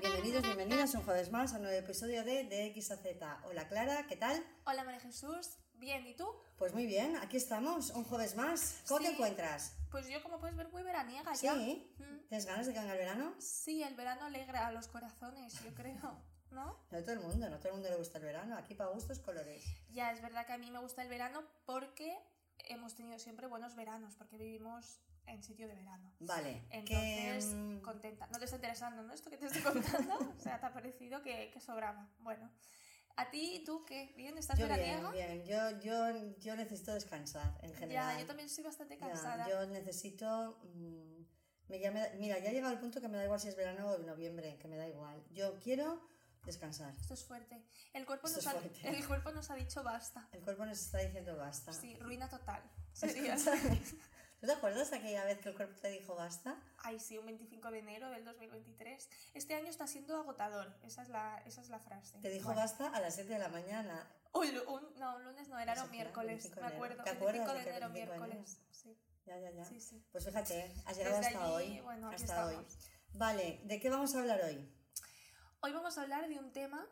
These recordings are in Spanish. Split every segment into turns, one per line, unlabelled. Bienvenidos, bienvenidas un jueves más a un nuevo episodio de De X a Z. Hola Clara, ¿qué tal?
Hola María Jesús, bien, ¿y tú?
Pues muy bien, aquí estamos, un jueves más. ¿Cómo te
Sí.
encuentras?
Pues yo como puedes ver muy veraniega ya.
¿Sí?
Mm.
¿Tienes ganas de que venga el verano?
Sí, el verano alegra a los corazones, yo creo, ¿no?
No todo el mundo, no todo el mundo le gusta el verano, aquí para gustos colores.
Ya, es verdad que a mí me gusta el verano porque hemos tenido siempre buenos veranos, porque vivimos en sitio de verano.
Vale,
Entonces,
que, mm,
contenta. No te está interesando, ¿no? Esto que te estoy contando. o sea, te ha parecido que, que sobraba. Bueno. ¿A ti, tú qué? ¿Bien? ¿Estás
yo
veraniega?
bien, bien, yo, yo, yo necesito descansar en general.
Ya, yo también estoy bastante
Ya,
cansada.
yo necesito... mm, me, ya me da- mira, ya ha llegado el punto que me da igual si es verano o noviembre, que me da igual. Yo quiero descansar.
Esto es fuerte. El cuerpo,
Esto
nos
es
ha,
fuerte.
el cuerpo nos ha dicho basta.
El cuerpo nos está diciendo basta.
Sí, ruina total. Sería.
¿Tú te acuerdas aquella vez que el cuerpo te dijo basta?
Ay, sí, un 25 de enero del 2023. Este año está siendo agotador. Esa es la, esa es la frase.
Te dijo
Bueno.
basta a las 7 de la mañana.
Un lu- un- no, un lunes no, era
Eso
un
fue,
miércoles.
25
Me
de enero.
acuerdo.
¿Te
25
acuerdas
de
de que
enero,
25 de
miércoles. Sí,
Ya, ya, ya.
sí, sí.
Pues fíjate, has llegado
Desde
hasta
allí,
hoy.
bueno, aquí
hasta hoy.
estamos.
Vale, ¿de qué vamos a hablar hoy?
Hoy vamos a hablar de un tema.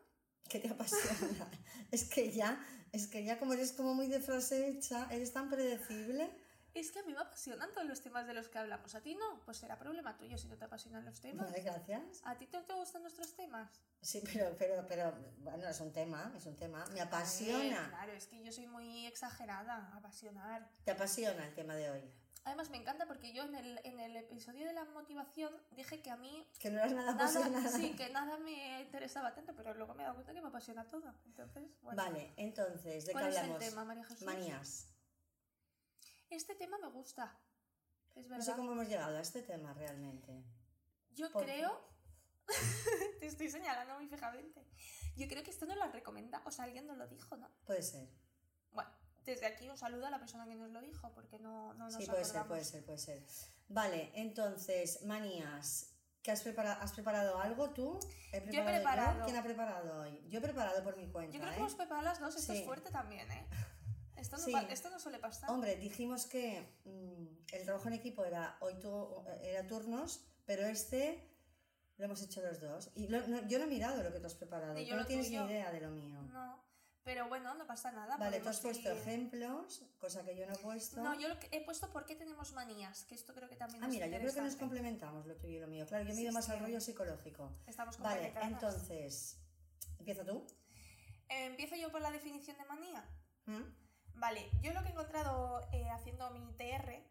¿Qué te apasiona? es que ya, es que ya como eres como muy de frase hecha, eres tan predecible.
Es que a mí me apasionan todos los temas de los que hablamos. ¿A ti no? Pues será problema tuyo si no te apasionan los temas.
Vale, gracias.
¿A ti te, te gustan nuestros temas?
Sí, pero, pero, pero, bueno, es un tema, es un tema. Me
Eh,
apasiona.
claro, es que yo soy muy exagerada, apasionar.
Te apasiona el tema de hoy.
Además me encanta porque yo en el, en el episodio de la motivación dije que a mí
Que no eras nada
nada,
apasionada.
sí, que nada me interesaba tanto, pero luego me he dado cuenta que me apasiona todo. Entonces, bueno.
Vale, entonces, ¿de qué
¿Cuál es el
hablamos?
tema, María Jesús?
Manías.
Este tema me gusta. Es
No
verdad.
sé cómo hemos llegado a este tema realmente.
Yo
¿Por qué?
creo. Te estoy señalando muy fijamente. Yo creo que esto nos lo recomenda, o sea, alguien nos lo dijo, ¿no?
Puede ser.
Bueno, desde aquí un saludo a la persona que nos lo dijo, porque no, no nos
sí, puede ser,
acordamos.
puede ser, puede ser. Vale, entonces, manías. ¿Qué has preparado? ¿Has preparado algo tú? ¿He ¿eh?
preparado.
¿Quién ha preparado hoy? Yo he preparado por mi cuenta.
Yo creo
¿eh?
que hemos preparado las dos, esto
Sí.
es fuerte también, ¿eh? Esto no,
Sí.
pa- esto no suele pasar.
Hombre, dijimos que mm, el trabajo en equipo era hoy tu- era turnos, pero este lo hemos hecho los dos. Y lo- no- yo no he mirado lo que tú has preparado.
Ni yo
tú no
lo
tienes
tuyo.
ni idea de lo mío.
No, pero bueno, no pasa nada.
Vale, tú has
podemos
puesto
ir-
ejemplos, cosa que yo no he puesto.
No, yo lo que he puesto por qué tenemos manías, que esto creo que también
Ah,
es
mira, yo creo que nos
interesante.
complementamos lo tuyo y lo mío. Claro, yo me he
Sí,
ido más
sí. ¿eh?
al rollo psicológico.
Estamos
Vale,
complementadas.
entonces, empieza tú.
Eh, Empiezo yo por la definición de manía.
¿Mm?
Vale, yo lo que he encontrado eh, haciendo mi TR,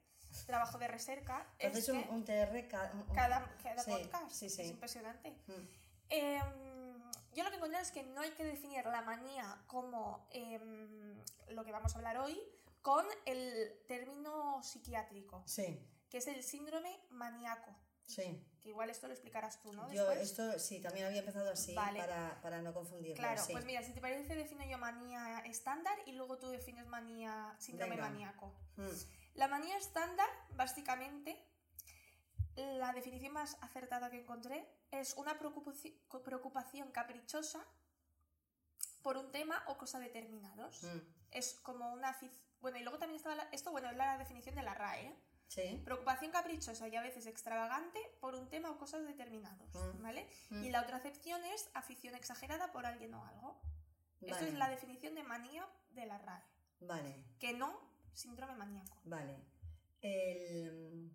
trabajo de recerca, es
Entonces,
que
un, un TR cada... un-
cada, cada
sí,
podcast
sí, sí.
es impresionante.
Mm.
Em, yo lo que he encontrado es que no hay que definir la manía como em, lo que vamos a hablar hoy con el término psiquiátrico,
Sí,
que es el síndrome maníaco.
sí.
Que igual esto lo explicarás tú, ¿no?
Yo
Después.
esto, sí, también había empezado así
Vale.
para, para no confundirlo.
Claro,
sí.
pues mira, si te parece, defino yo manía estándar y luego tú defines manía, síndrome
Venga.
maníaco.
Mm.
La manía estándar, básicamente, la definición más acertada que encontré es una preocupaci- co- preocupación caprichosa por un tema o cosa determinados.
Mm.
Es como una afición. Bueno, y luego también estaba la- esto, bueno, es la definición de la RAE. ¿eh?
Sí.
Preocupación caprichosa y a veces extravagante por un tema o cosas determinados,
Mm.
¿vale?
Mm.
Y la otra acepción es afición exagerada por alguien o algo. Esto
Vale.
es la definición de manía de la RAE.
Vale,
Que no, síndrome maníaco.
vale. El...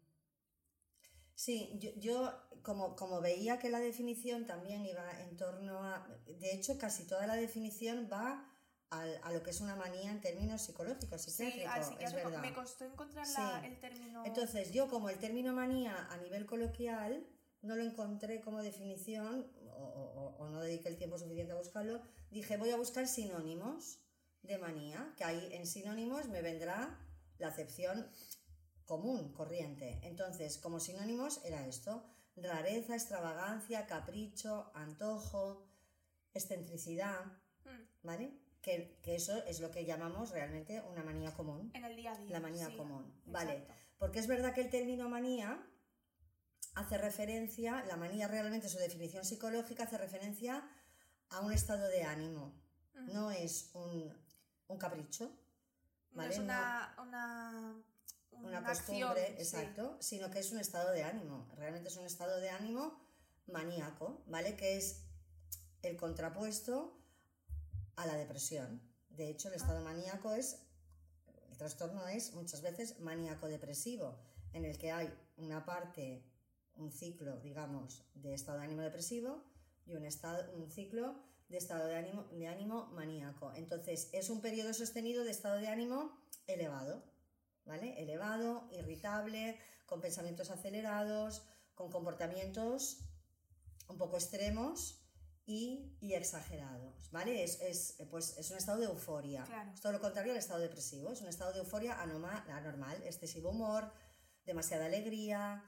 Sí, yo, yo como, como veía que la definición también iba en torno a... De hecho, casi toda la definición va al- a lo que es una manía en términos psicológicos,
Sí,
psiquiátricos,
al
es
psiquiátrico.
verdad.
Me costó encontrar la-
Sí.
el término.
Entonces, yo como el término manía a nivel coloquial no lo encontré como definición o, o- o no dediqué el tiempo suficiente a buscarlo, dije voy a buscar sinónimos de manía, que ahí en sinónimos me vendrá la acepción común, corriente. Entonces, como sinónimos era esto, rareza, extravagancia, capricho, antojo, excentricidad,
Mm,
¿vale? Que, que eso es lo que llamamos realmente una manía común.
en el día a día.
La manía
sí,
común. Vale,
exacto.
porque es verdad que el término manía hace referencia, la manía realmente su definición psicológica hace referencia a un estado de ánimo,
Mm.
no es un, un capricho,
No es
vale,
una. Una,
una,
una
costumbre,
acción, sí.
exacto, sino que es un estado de ánimo, realmente es un estado de ánimo maníaco, ¿vale? Que es el contrapuesto a la depresión. De hecho, el
Ah.
estado maníaco es, el trastorno es muchas veces maníaco-depresivo, en el que hay una parte, un ciclo, digamos, de estado de ánimo depresivo y un, estado, un ciclo de estado de ánimo, de ánimo maníaco. Entonces, es un periodo sostenido de estado de ánimo elevado, ¿vale? Elevado, irritable, con pensamientos acelerados, con comportamientos un poco extremos y, y exagerados, ¿vale? Es, es, pues, es un estado de euforia.
Claro.
Es todo lo contrario al estado depresivo, es un estado de euforia anoma- anormal, excesivo humor, demasiada alegría,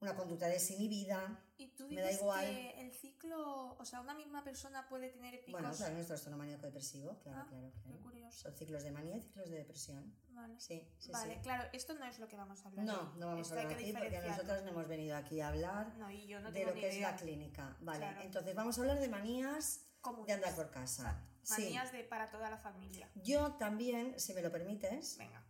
una conducta desinhibida.
Y tú
Me da
dices
igual.
que el ciclo, o sea, una misma persona puede tener picos.
Bueno, claro, nuestro trastorno maníaco depresivo, claro,
Ah,
claro,
Qué
claro.
curioso.
Son ciclos de manía y ciclos de depresión.
Vale,
Sí, sí,
Vale,
sí.
claro, esto no es lo que vamos a hablar.
No, no vamos
Esto
a
hay
hablar
que
aquí porque
diferenciarlo.
nosotros no hemos venido aquí a hablar
No, y yo no
de
tengo
lo
ni
que es
idea.
la clínica. Vale,
Claro.
entonces vamos a hablar de manías
Comunes.
de andar por casa. Sí.
Manías de para toda la familia.
Yo también, si me lo permites,
Venga.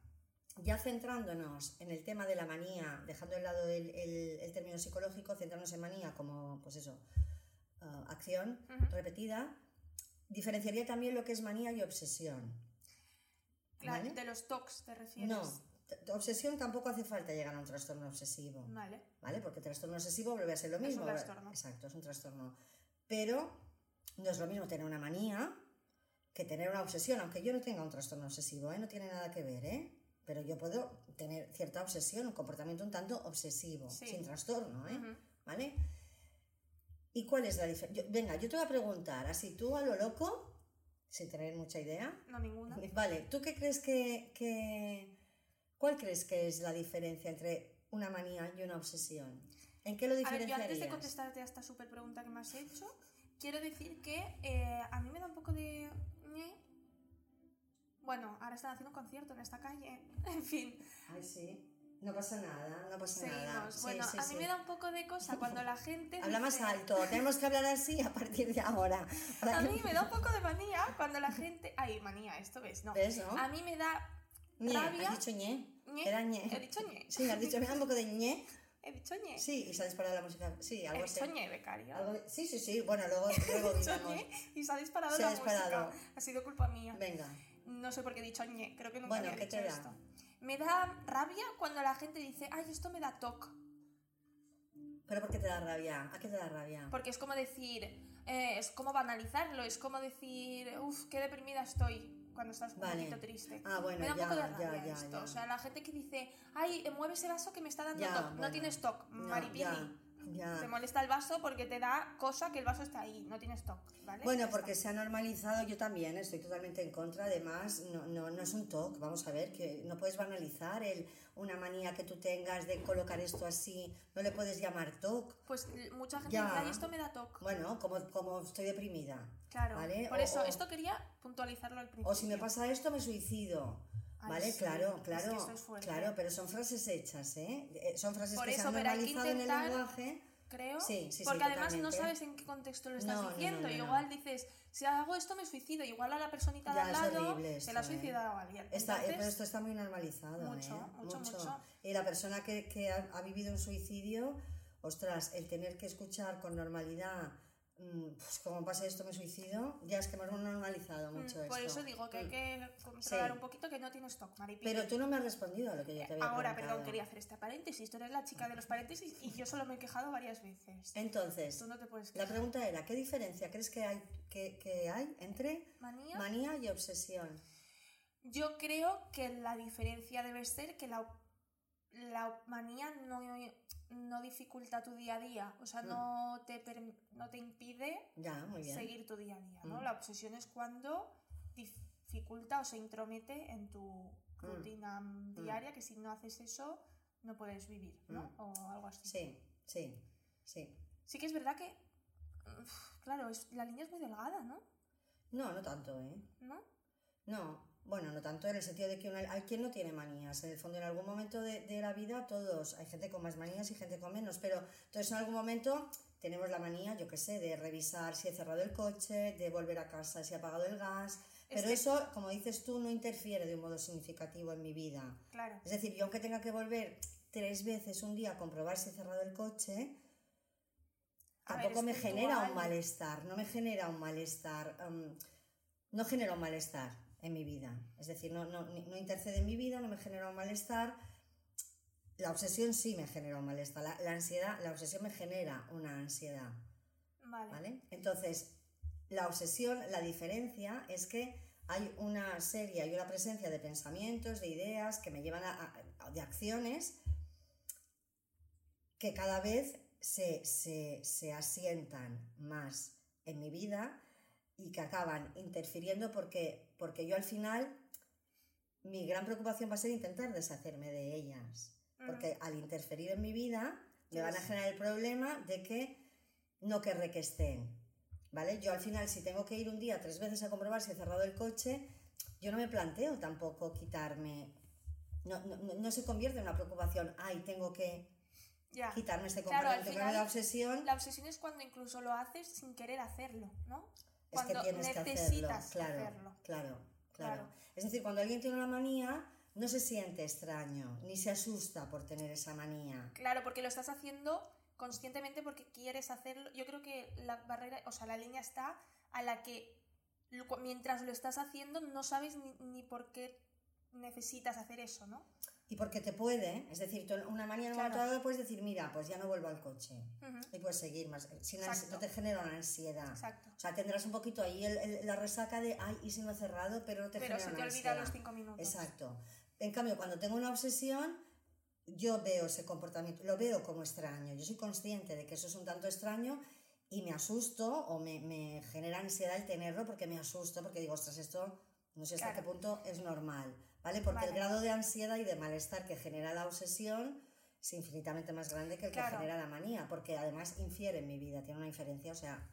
ya centrándonos en el tema de la manía, dejando de lado el, el- el término psicológico, centrándonos en manía como, pues eso, ah, acción
Ujú.
repetida, diferenciaría también lo que es manía y obsesión.
Claro,
¿Vale?
de los TOCs te refieres.
No, t- t- obsesión tampoco hace falta llegar a un trastorno obsesivo.
Vale.
¿vale? Porque trastorno obsesivo vuelve a ser lo
un
mismo. vuelve-
trastorno.
Exacto, es un trastorno. Pero no es lo mismo tener una manía que tener una obsesión, aunque yo no tenga un trastorno obsesivo, ¿eh? no tiene nada que ver, ¿eh? Pero yo puedo tener cierta obsesión, un comportamiento un tanto obsesivo,
Sí.
sin trastorno, ¿eh?
Ujú.
¿Vale? ¿Y cuál es la diferencia? Venga, yo te voy a preguntar, así tú a lo loco, sin tener mucha idea,
No, ninguna.
Pues Vale, ¿tú qué crees que, que- ¿Cuál crees que es la diferencia entre una manía y una obsesión? ¿En qué lo
A ver, yo
diferenciarías?
antes de contestarte a esta super pregunta que me has hecho, quiero decir que eh, a mí me da un poco de... ñe. Bueno, ahora están haciendo un concierto en esta calle. En fin,
Ay, sí. No pasa nada, no pasa nada.
seguimos.
Sí,
bueno,
sí,
a
sí.
mí me da un poco de cosa cuando la gente...
Habla más
dice-
alto, tenemos que hablar así a partir de ahora. Para
A
que-
mí me da un poco de manía cuando la gente... Ay, manía, esto ves, no.
¿Ves, no?
A mí me da...
Ñe,
rabia.
¿Has dicho ñe?
ñe.
Era ñe.
He dicho ñe.
Sí, has dicho, me da un poco de ñe.
He dicho ñe.
Sí, y se ha disparado la música. Sí,
He
algo así.
dicho ñe, becario.
Algo de- Sí, sí, sí. Bueno, luego, luego
He dicho
digamos.
ñe y se ha disparado
Se
la
ha disparado.
música. Ha sido culpa mía.
Venga.
No sé por qué he dicho ñe, creo que nunca
Bueno,
había
¿qué
dicho
te da?
esto. Me da rabia cuando la gente dice, ay, esto me da toc.
¿Pero por qué te da rabia? ¿A qué te da rabia?
Porque es como decir, eh, es como banalizarlo, es como decir, uff, qué deprimida estoy cuando estás un
Vale.
poquito triste.
Ah, bueno,
me da
ya,
un poco de
ya,
rabia
ya,
esto.
ya.
O sea, la gente que dice, ay, eh, mueve ese vaso que me está dando
Ya,
toc. No
bueno.
tienes toc,
No,
maripili.
ya, ya.
Te molesta el vaso porque te da cosa que el vaso está ahí, no tienes toc, ¿vale? Ya
Bueno,
está.
porque se ha normalizado, yo también estoy totalmente en contra, además no, no, no es un TOC, vamos a ver, que no puedes banalizar el, una manía que tú tengas de colocar esto así, no le puedes llamar TOC.
Pues l- mucha gente
Ya.
dice, ay, esto me da toc.
Bueno, como, como estoy deprimida.
Claro,
¿Vale?
por
O-
eso,
o-
esto quería puntualizarlo al principio.
O si me pasa esto, me suicido.
Ay,
¿Vale?
sí,
Claro,
es
claro.
que esto es fuerte.
claro, pero son frases hechas, ¿eh? Eh, Son frases
Por
que se
eso,
han
pero hay que
normalizado en
intentar-
el lenguaje.
creo.
Sí, sí, sí,
porque además no
totalmente.
sabes en qué contexto lo estás
No, no, no,
diciendo.
no, no.
Igual dices, si hago esto me suicido. Igual a la personita
Ya,
de al
es
lado
horrible
se
esto,
la ha
¿eh?
suicidado alguien.
Está, eh, pero
Entonces,
esto está muy normalizado.
Mucho,
¿eh?
mucho, mucho.
Y la persona que, que ha, ha vivido un suicidio, ostras, el tener que escuchar con normalidad, mm, pues como pasa esto, me suicido, ya es que me han normalizado mucho
mm,
esto.
por eso digo que hay
Mm.
que controlar
Sí.
un poquito que no tienes stock, maripi.
Pero tú no me has respondido a lo que yo te había
Ahora,
preguntado.
perdón, quería hacer este paréntesis. Tú eres la chica de los paréntesis y yo solo me he quejado varias veces.
Entonces,
Tú no te puedes
Eh, la
quejar.
pregunta era, ¿qué diferencia crees que hay, que, que hay entre
¿Manía?
manía y obsesión?
Yo creo que la diferencia debe ser que la, la manía no, no dificulta tu día a día, o sea,
Mm.
no, te, perm- no te impide
Ya, muy bien.
seguir tu día a día, ¿no?
Mm.
La obsesión es cuando dificulta o se intromete en tu rutina mm, diaria, que si no haces eso no puedes vivir, ¿no?
Mm.
O algo así.
Sí, sí, sí.
Sí que es verdad que, uf, claro, es, la línea es muy delgada, ¿no?
No, no tanto, ¿eh?
¿No?
No, bueno, no tanto en el sentido de que una, hay quien no tiene manías. En el fondo, en algún momento de, de la vida, todos, hay gente con más manías y gente con menos, pero entonces en algún momento tenemos la manía, yo qué sé, de revisar si he cerrado el coche, de volver a casa si he apagado el gas.
Es
Pero
que-
eso, como dices tú, no interfiere de un modo significativo en mi vida.
Claro.
Es decir, yo aunque tenga que volver tres veces un día a comprobar si he cerrado el coche, ¿A,
ver,
poco
es
me
puntual.
genera un malestar? No me genera un malestar. em, no genera un malestar en mi vida. Es decir, no, no, ni- no intercede en mi vida, no me genera un malestar. La obsesión sí me genera un malestar. La, la ansiedad, la obsesión me genera una ansiedad.
Vale.
¿vale? Entonces, la obsesión, la diferencia es que hay una serie, hay una presencia de pensamientos, de ideas que me llevan a, a- a- de acciones que cada vez se, se- se asientan más en mi vida y que acaban interfiriendo porque, porque yo al final mi gran preocupación va a ser intentar deshacerme de ellas
Ujú.
porque al interferir en mi vida me
Sí,
van a
sí.
generar el problema de que no querré que estén. ¿Vale? Yo al final, si tengo que ir un día tres veces a comprobar si he cerrado el coche, yo no me planteo tampoco quitarme. No, no- no- no se convierte en una preocupación, ay, tengo que
mm, Ya.
quitarme este
Claro, al
componente, tengo
final,
la obsesión,
La obsesión es cuando incluso lo haces sin querer hacerlo, ¿no?
es que
Cuando
tienes que hacerlo.
necesitas
Claro,
hacerlo.
claro, claro.
Claro.
Es decir, cuando alguien tiene una manía, no se siente extraño, ni se asusta por tener esa manía.
Claro, porque lo estás haciendo conscientemente porque quieres hacerlo. Yo creo que la barrera, o sea, la línea está a la que lo- cu- mientras lo estás haciendo no sabes ni, ni por qué necesitas hacer eso, ¿no?
Y porque te puede, ¿eh? es decir, tú en una manía en un
Claro.
momento dado puedes decir, mira, pues ya no vuelvo al coche.
Ujú,
Y puedes seguir más. eh, Sin ansi-
Exacto.
no te genera una ansiedad.
Exacto.
O sea, tendrás un poquito ahí el- el- la resaca de, ay, y si no he cerrado, pero no te
Pero
genera
se te
una
olvida
ansiedad.
los cinco minutos.
Exacto. En cambio, cuando tengo una obsesión, yo veo ese comportamiento, lo veo como extraño. Yo soy consciente de que eso es un tanto extraño y me asusto o me, me genera ansiedad el tenerlo porque me asusto, porque digo, ostras, esto no sé hasta
Claro.
qué punto es normal, ¿vale? Porque el
Vale.
grado de ansiedad y de malestar que genera la obsesión es infinitamente más grande que el
Claro.
que genera la manía, porque además infiere en mi vida, tiene una inferencia, o sea,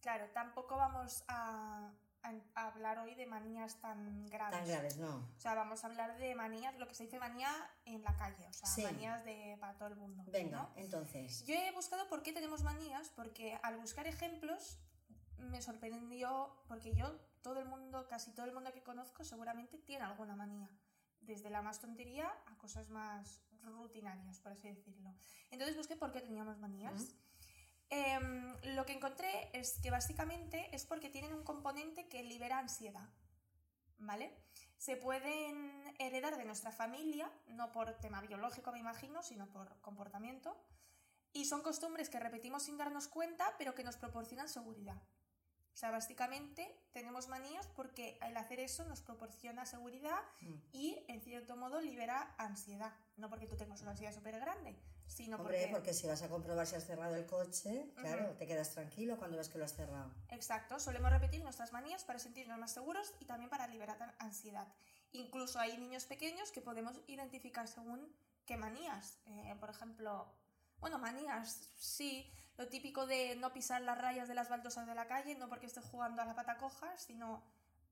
Claro, tampoco vamos a, a- a hablar hoy de manías tan graves.
tan graves, no.
O sea, vamos a hablar de manías, lo que se dice manía en la calle, o sea,
Sí.
manías de para todo el mundo. ¿no?
Venga, entonces.
Yo he buscado por qué tenemos manías, porque al buscar ejemplos me sorprendió, porque yo, todo el mundo, casi todo el mundo que conozco, seguramente tiene alguna manía. Desde la más tontería a cosas más rutinarias, por así decirlo. Entonces busqué por qué teníamos manías.
Ujú.
Em, lo que encontré es que básicamente es porque tienen un componente que libera ansiedad. ¿Vale? Se pueden heredar de nuestra familia, no por tema biológico, me imagino, sino por comportamiento. Y son costumbres que repetimos sin darnos cuenta, pero que nos proporcionan seguridad. O sea, básicamente tenemos manías porque al hacer eso nos proporciona seguridad
Mm.
y, en cierto modo, libera ansiedad. No porque tú tengas una ansiedad súper grande, sino
Hombre,
porque...
porque si vas a comprobar si has cerrado el coche, claro,
Ujú.
te quedas tranquilo cuando ves que lo has cerrado.
Exacto, solemos repetir nuestras manías para sentirnos más seguros y también para liberar tan- ansiedad. Incluso hay niños pequeños que podemos identificar según qué manías. Eh, por ejemplo, bueno, manías, sí, lo típico de no pisar las rayas de las baldosas de la calle, no porque estés jugando a la pata coja, sino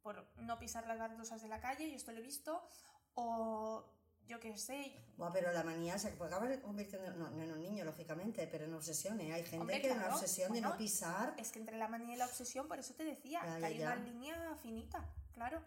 por no pisar las baldosas de la calle, yo esto lo he visto, o yo qué sé,
Buah, pero la manía se acaba convirtiendo, no, no en un niño, lógicamente, pero en obsesión, ¿eh? Hay gente
Hombre,
que tiene una
claro,
obsesión de no
bueno. eh,
pisar.
Es que entre la manía y la obsesión, por eso te decía,
Ya,
que
ya,
hay
ya.
una línea finita, claro.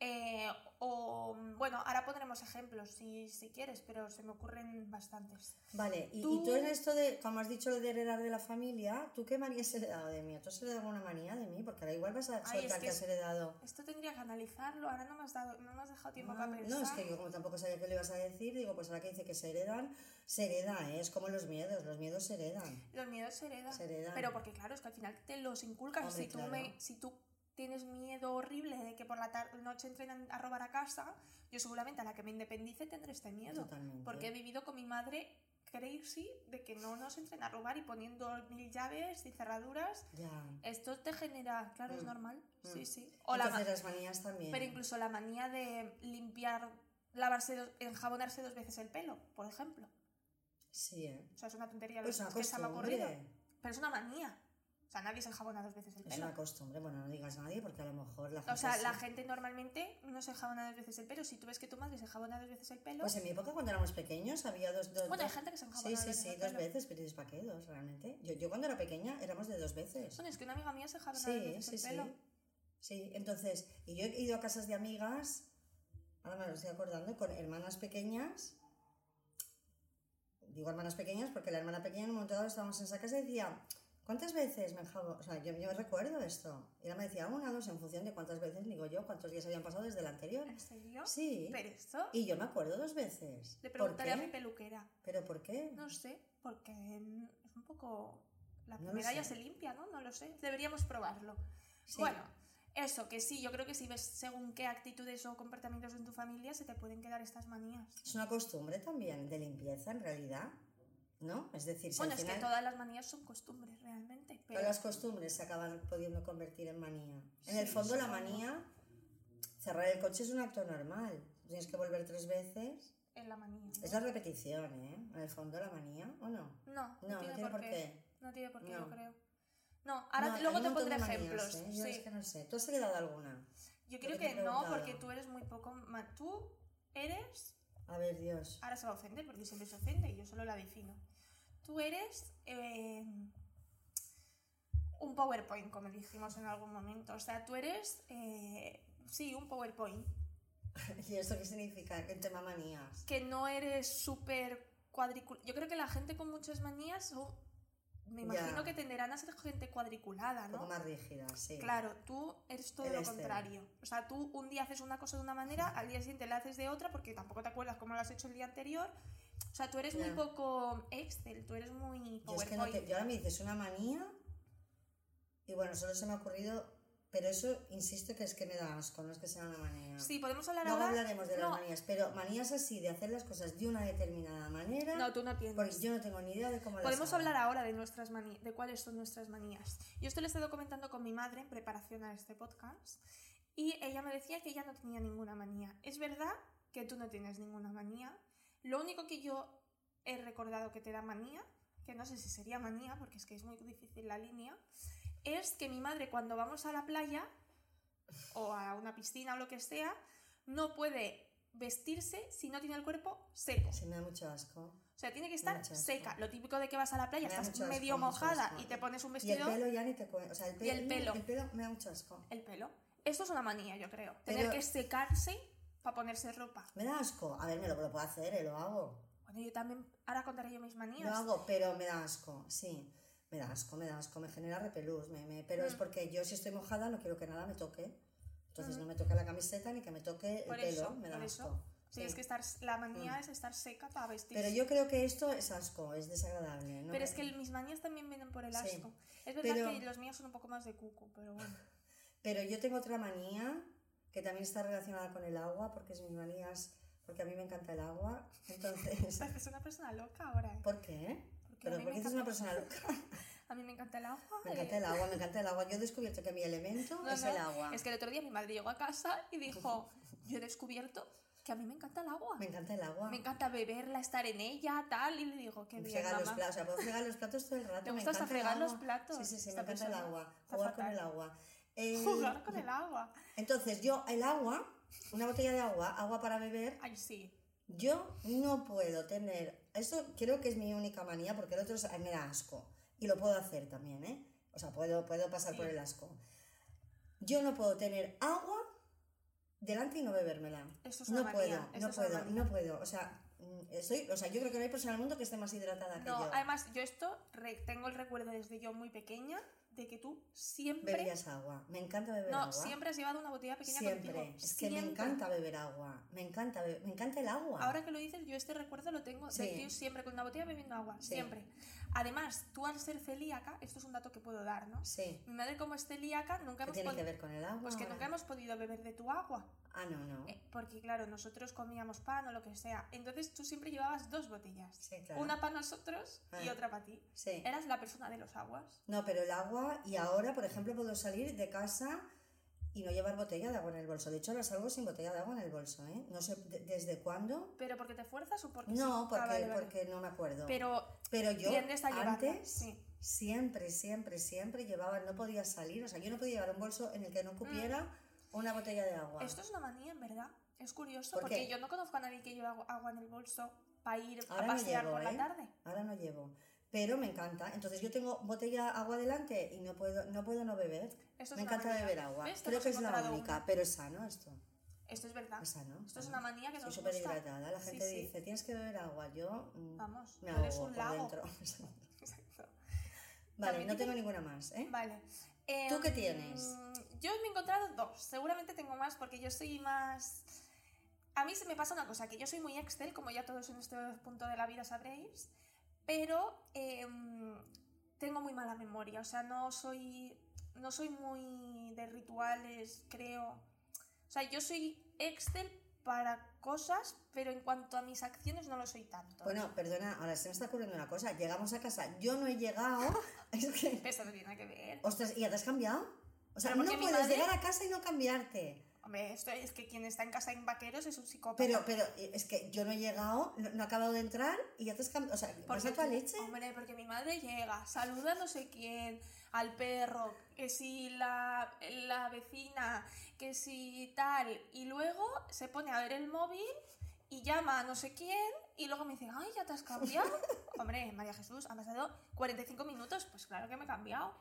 Eh, o bueno, ahora pondremos ejemplos si, si quieres, pero se me ocurren bastantes.
Vale, y y tú...
Tú-
en esto de, como has dicho, lo de heredar de la familia, ¿tú qué manía has heredado de mí? ¿Tú has heredado alguna manía de mí? Porque ahora igual vas a soltar
Ay, es
que,
que
has
es-
heredado.
Esto tendría que analizarlo, ahora no me has dado, no me has dejado tiempo
Ah,
para pensar.
no, es que yo como tampoco sabía qué le ibas a decir, digo, pues ahora que dice que se heredan, se hereda, ¿eh? Es como los miedos, los miedos se heredan.
Los miedos se heredan.
Se heredan.
Pero porque claro, es que al final te los inculcan.
Hombre,
si, tú
claro.
me- si tú tienes miedo horrible de que por la tar- noche entren a robar a casa, yo seguramente a la que me independice tendré este miedo.
Totalmente.
Porque he vivido con mi madre crazy de que no nos entren a robar y poniendo mil llaves y cerraduras.
Ya.
Esto te genera, claro, es
Mm.
normal.
Mm.
Sí, sí. O la ma-
Entonces las manías también.
pero incluso la manía de limpiar, lavarse, dos- enjabonarse dos veces el pelo, por ejemplo.
Sí, ¿eh?
O sea, es una tontería lo
Pues una
que se me ha ocurrido.
costumbre.
Pero es una manía. O sea, nadie se enjabona dos veces el
Es
pelo.
una costumbre, bueno, no digas a nadie porque a lo mejor la gente.
O sea,
sí.
la gente normalmente no se enjabona dos veces el pelo. Si tú ves que tu madre se enjabona dos veces el pelo...
Pues en mi época, cuando éramos pequeños, había dos. dos
bueno, hay
dos-
gente que se enjabona
Sí,
dos
sí,
veces
sí,
el
dos
pelo.
veces, pero ¿para qué dos realmente? Yo, yo cuando era pequeña éramos de dos veces.
Son, es que una amiga mía se enjabona dos
Sí,
veces
sí,
el
sí.
pelo.
Sí, entonces, y yo he ido a casas de amigas, ahora me lo estoy acordando, con hermanas pequeñas. Digo hermanas pequeñas porque la hermana pequeña en un momento dado estábamos en esa casa y decía, ¿Cuántas veces me enjabo? O sea, yo, yo recuerdo esto. Y ella me decía una, dos, en función de cuántas veces digo yo, cuántos días habían pasado desde la anterior.
¿En serio?
Sí.
Pero esto
Y yo me acuerdo dos veces.
le
¿Por
preguntaré a mi
qué?
peluquera.
¿Pero por qué?
No sé, porque mm, es un poco... La
No lo
primera ya
sé.
se limpia, ¿no? No lo sé. Deberíamos probarlo.
Sí.
Bueno, eso, que sí, yo creo que si ves según qué actitudes o comportamientos en tu familia se te pueden quedar estas manías.
Es una costumbre también de limpieza, en realidad. ¿No? Es decir, si
Bueno,
al
es que
final
todas las manías son costumbres realmente, pero
todas las costumbres se acaban pudiendo convertir en manía. En
Sí,
el fondo, la
supongo.
manía, cerrar el coche es un acto normal. Tienes que volver tres veces.
en la manía. ¿no?
Es la repetición, ¿eh? En el fondo, la manía, ¿o no?
No,
No, no tiene por qué.
No tiene por qué,
No.
yo creo. No, ahora
No,
te-
hay
luego
un
te
montón
pondré
de manías,
ejemplos.
¿eh? Yo
sí.
es que no sé. ¿Tú has heredado alguna? creo
Yo
que
creo que
te he
no,
preguntado.
porque tú eres muy poco. ma- Tú eres.
A ver, Dios.
Ahora se va a ofender porque siempre se ofende y yo solo la defino. Tú eres. eh, un PowerPoint, como dijimos en algún momento. O sea, tú eres. eh, sí, un PowerPoint.
¿Y esto qué significa? El tema manías.
Que no eres súper cuadriculada. Yo creo que la gente con muchas manías. son- me
Ya.
imagino que tenderán a ser gente cuadriculada,
Un
¿no?
poco más rígida, sí.
Claro, tú eres todo
El
lo
este.
contrario. O sea, tú un día haces una cosa de una manera, al día siguiente la haces de otra porque tampoco te acuerdas cómo lo has hecho el día anterior. O sea, tú eres muy
Ya.
poco Excel, tú eres muy
Yo, es que no
PowerPoint.
te- yo ahora me dices una manía y bueno, solo se me ha ocurrido, pero eso insisto que es que me da asco, no es que sea una manía.
Sí, podemos hablar
Luego
ahora.
hablaremos de las
No.
manías, pero manías así, de hacer las cosas de una determinada manera,
No, tú no
porque
tienes.
yo no tengo ni idea de cómo las
Podemos
hago.
hablar ahora de nuestras mani- de cuáles son nuestras manías. Yo esto lo he estado comentando con mi madre en preparación a este podcast y ella me decía que ella no tenía ninguna manía. Es verdad que tú no tienes ninguna manía. Lo único que yo he recordado que te da manía, que no sé si sería manía porque es que es muy difícil la línea, es que mi madre cuando vamos a la playa o a una piscina o lo que sea, no puede vestirse si no tiene el cuerpo seco.
Sí, me da mucho asco.
O sea, tiene que estar
Mucho asco.
seca. Lo típico de que vas a la playa,
Me da
estás
mucho asco,
medio
mucho
mojada
asco.
y te pones un
Y el
vestido.
pelo ya ni te cuento. O sea, el,
Pues Y el
pelo.
pelo.
El pelo me da mucho asco.
el pelo. Esto es una manía, yo creo.
Pero-
Tener que secarse para ponerse ropa.
Me da asco. A ver, me lo, lo puedo hacer, eh, lo hago.
Bueno, yo también. Ahora contaré yo mis manías.
Lo hago, pero me da asco, sí. Me da asco, me da asco, me genera repelús. Me, me- pero es
Mm.
porque yo si estoy mojada no quiero que nada me toque. Entonces
Ujú.
no me toca la camiseta ni que me toque el
Mm. Por
pelo,
eso,
me da
por
asco.
eso. Sí,
Sí.
es que estar, la manía es estar seca para vestirse.
Pero yo creo que esto es asco, es desagradable. ¿no?
Pero es que el- mis manías también vienen por el
Sí.
asco. Es verdad
Pero-
que los míos son un poco más de cuco, pero bueno.
Pero yo tengo otra manía que también está relacionada con el agua, porque es mis manías, porque a mí me encanta el agua. Entonces,
es una persona loca ahora, ¿eh?
¿por qué?
Porque a,
Pero
mí me
porque es
encanta,
una persona loca.
a mí me encanta el agua.
Me
eh.
encanta el agua, me encanta el agua. Yo he descubierto que mi elemento
No,
es
no,
el agua.
Es que el otro día mi madre llegó a casa y dijo, yo he descubierto que a mí me encanta el agua.
Me encanta el agua.
Me encanta beberla, estar en ella, tal. Y le digo, qué bien,
fregar los
mamá.
platos, o sea, puedo fregar los platos todo el rato.
¿Te
me
gusta hasta
encanta el
fregar los
agua.
platos?
Sí, sí, sí, me
Esta
encanta el
persona
agua,
está
jugar con
fatal.
el agua. Eh,
Jugar con el agua.
Entonces, yo, el agua, una botella de agua, agua para beber,
Ay, sí.
yo no puedo tener. Eso creo que es mi única manía, porque el otro es, ay, me da asco. Y lo puedo hacer también, ¿eh? O sea, puedo, puedo pasar
Sí.
por el asco. Yo no puedo tener agua delante y no bebérmela.
Eso es una
No
manía.
puedo,
eso
no
es una
puedo,
manía.
no puedo. O sea, mm, estoy, o sea, yo creo que no hay persona en el mundo que esté más hidratada que
No,
yo.
además, yo esto re- tengo el recuerdo desde yo muy pequeña de que tú siempre.
Bebías agua. Me encanta beber
no,
agua.
siempre has llevado una botella pequeña
Siempre.
contigo.
Es que me
Siempre.
encanta beber agua. Me encanta, be- me encanta el agua.
Ahora que lo dices, yo este recuerdo lo tengo de
Sí.
ti siempre con una botella bebiendo agua.
Sí.
Siempre. Además, tú al ser celíaca, esto es un dato que puedo dar, ¿no?
Sí.
Mi madre como es celíaca, nunca
¿Qué
hemos,
tiene
pod-
que ver con el agua?
pues que
ahora?
nunca hemos podido beber de tu agua.
Ah, no, no.
Eh, porque claro, nosotros comíamos pan o lo que sea. Entonces tú siempre llevabas dos botellas.
Sí, claro.
Una para nosotros y
Ah.
otra para ti.
Sí.
Eras la persona de los aguas.
No, pero el agua. Y ahora, por ejemplo, puedo salir de casa y no llevar botella de agua en el bolso. De hecho, ahora salgo sin botella de agua en el bolso, ¿eh? No sé de- desde cuándo.
¿Pero porque te fuerzas o porque... sí?
No,
Ah,
porque,
vale, vale.
porque no me acuerdo.
Pero
Pero yo
tiendes a llevarla.
antes
Sí.
siempre, siempre, siempre llevaba, no podía salir. O sea, yo no podía llevar un bolso en el que no cupiera una botella de agua.
Mm. Esto es una manía, en verdad. Es curioso
¿Por
porque
qué?
yo no conozco a nadie que lleve agu- agua en el bolso para ir
Ahora
a
no
pasear
llevo,
por
¿eh?
la tarde.
Ahora no llevo, pero me encanta. Entonces yo tengo botella agua delante y no puedo no, puedo no beber.
Esto
me
es una
encanta
manía.
beber agua.
¿Ves? Te
Creo
hemos
que es la
encontrado
única,
una.
pero es sano esto.
Esto es verdad.
Es sano.
Esto es
sano.
una manía que
Soy
nos
súper
gusta.
hidratada. La
Sí,
gente
sí. Ah,
dice, tienes que beber agua. Yo mm,
Vamos,
me
tú eres
ahogo
un
por
lago.
dentro.
Exacto.
Vale, no
También tiene-
tengo ninguna más, ¿eh?
Vale.
¿Tú qué
Em,
tienes?
Yo me he encontrado dos. Seguramente tengo más porque yo soy más. A mí se me pasa una cosa, que yo soy muy Excel, como ya todos en este punto de la vida sabréis, pero em, tengo muy mala memoria. O sea, no soy. No soy muy de rituales, creo. O sea, yo soy Excel para cosas, pero en cuanto a mis acciones no lo soy tanto.
Bueno, perdona, ahora se me está ocurriendo una cosa. Llegamos a casa, yo no he llegado. Es que-
Eso no tiene nada que ver.
Ostras, ¿y ya te has cambiado? O sea,
Pero
no
porque mi
puedes
madre-
llegar a casa y no cambiarte.
Hombre, esto es que quien está en casa en vaqueros es un psicópata.
Pero, pero, eh, es que yo no he llegado, no, no he acabado de entrar y ya te has cambiado. O sea, vas a toda
tú-
leche.
Hombre, porque mi madre llega, saluda a no sé quién, al perro, que si la, la vecina, que si tal, y luego se pone a ver el móvil y llama a no sé quién, y luego me dice, ay, ya te has cambiado. Hombre, María Jesús, han pasado 45 minutos, pues claro que me he cambiado.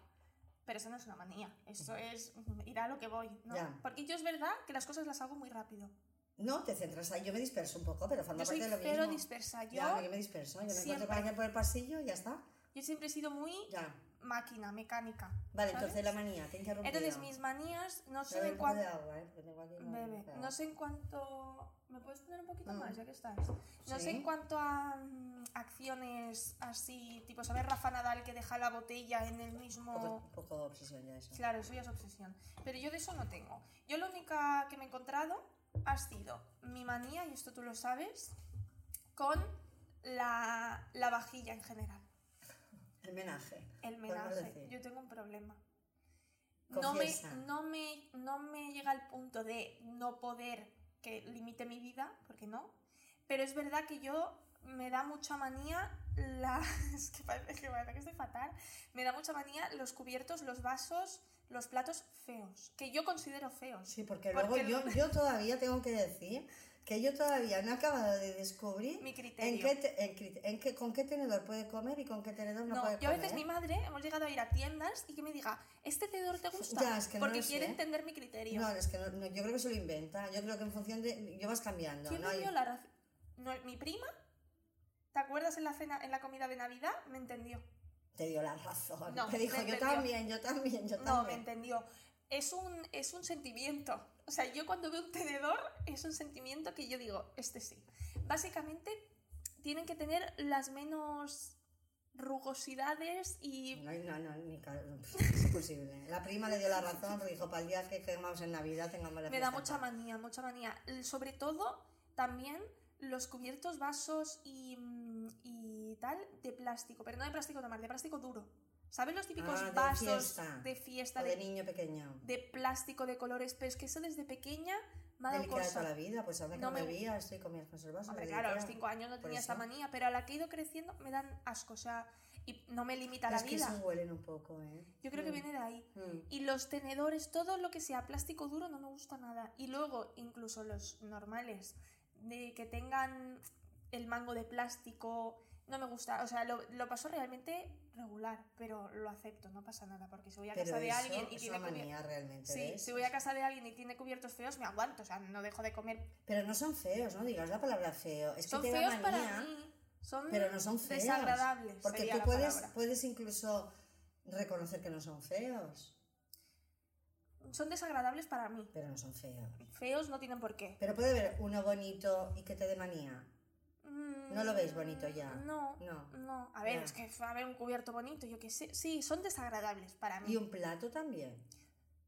Pero eso no es una manía, eso es mm, ir a lo que voy, ¿no?
Ya.
Porque yo es verdad que las cosas las hago muy rápido.
No, te centras ahí. Yo me disperso un poco, pero forma
Yo soy
parte de lo mismo.
cero dispersa, yo,
Ya, no, yo me disperso. Yo me encuentro
Siempre.
para allá por el pasillo y ya está.
yo siempre he sido muy
Ya.
máquina, mecánica.
Vale,
¿sabes?
entonces la manía, te he interrumpido.
Entonces, mis manías no
Bebe
sé en
un poco de
cuánto.
agua, ¿eh? Porque tengo aquí la-
Bebe,
la-
no sé en cuanto. ¿Me puedes poner un poquito
Mm.
más ya que estás? No sé
Sí.
en cuanto a mm, acciones así, tipo saber Rafa Nadal que deja la botella en el
Un poco,
mismo.
un poco de obsesión ya eso.
Claro, eso ya es obsesión. Pero yo de eso no tengo. Yo la única que me he encontrado ha sido mi manía, y esto tú lo sabes, con la, la vajilla en general.
El menaje.
El
Podemos
menaje.
decir.
Yo tengo un problema. No me,
Confiesa.
no, me, no me llega al punto de no poder que limite mi vida, porque no. Pero es verdad que yo me da mucha manía la. Es que parece que, parece que estoy fatal. Me da mucha manía los cubiertos, los vasos, los platos feos. Que yo considero feos.
Sí, porque,
Porque
luego yo, yo todavía tengo que decir que yo todavía no he acabado de descubrir
Mi criterio.
en qué te- en crit- en qué- con qué tenedor puede comer y con qué tenedor no,
No,
puede
yo a
comer.
veces mi madre hemos llegado a ir a tiendas y que me diga, ¿este tenedor te gusta?
Ya, es que no
Porque
lo
quiere
sé.
entender mi criterio.
No, es que no- no, yo creo que se lo inventa. Yo creo que en función de. Yo vas cambiando.
¿Quién
no
me
hay-
dio la razón? mi prima, ¿te acuerdas en la cena, en la comida de Navidad? Me entendió.
Te dio la razón.
No,
Te dijo,
me
yo
entendió.
también, yo también, yo
No, me
también.
entendió. Es un, es un sentimiento. O sea, yo cuando veo un tenedor, es un sentimiento que yo digo, este sí. Básicamente, tienen que tener las menos rugosidades y...
No, no, no, ni ca- es imposible. La prima le dio la razón porque dijo, para el día que quemamos en Navidad tengamos la
Me
fiesta
da
en
mucha
paz".
manía, mucha manía. L- Sobre todo, también los cubiertos, vasos y, mm, y tal de plástico. Pero no de plástico normal, de plástico duro. ¿Sabes los típicos
Ah, de
vasos
fiesta.
de fiesta,
O
de,
de niño pequeño.
de plástico, de colores? Pero es que eso desde pequeña me ha dado
Delicada
cosa.
toda la vida, pues ahora que
No
no
me-
bebía, estoy con mis conservas.
Hombre,
me
claro, a los
dedicaba.
5 años no
Por
tenía esta
eso.
manía, pero a la que he ido creciendo me dan asco, o sea, y no me limita
Pero
la
es que
vida.
esos huelen un poco, ¿eh?
Yo creo que
Mm,
viene de ahí.
mm.
Y los tenedores, todo lo que sea plástico duro no me gusta nada. Y luego, incluso los normales, de que tengan el mango de plástico, no me gusta. O sea, lo, lo paso realmente regular, pero lo acepto, no pasa nada, porque si voy a
Pero
casa de
eso
alguien y
es
tiene
una
cubiertos...
manía realmente.
Sí,
¿ves?
si voy a casa de alguien y tiene cubiertos feos, me aguanto, o sea, no dejo de comer.
Pero no son feos, no digas la palabra feo. Es que
Son
te
feos
da
para
manía,
mí. Son
pero no son feos.
desagradables.
Porque
sería
tú
la
puedes,
palabra.
puedes incluso reconocer que no son feos,
Son desagradables para mí.
pero no son feos.
Feos no tienen por qué.
Pero puede haber uno bonito y que te dé manía.
Mm,
¿No lo veis bonito ya?
No.
No.
No, a ver,
Ya.
es que a ver un cubierto bonito, yo qué sé. Sí, son desagradables para mí.
Y un plato también.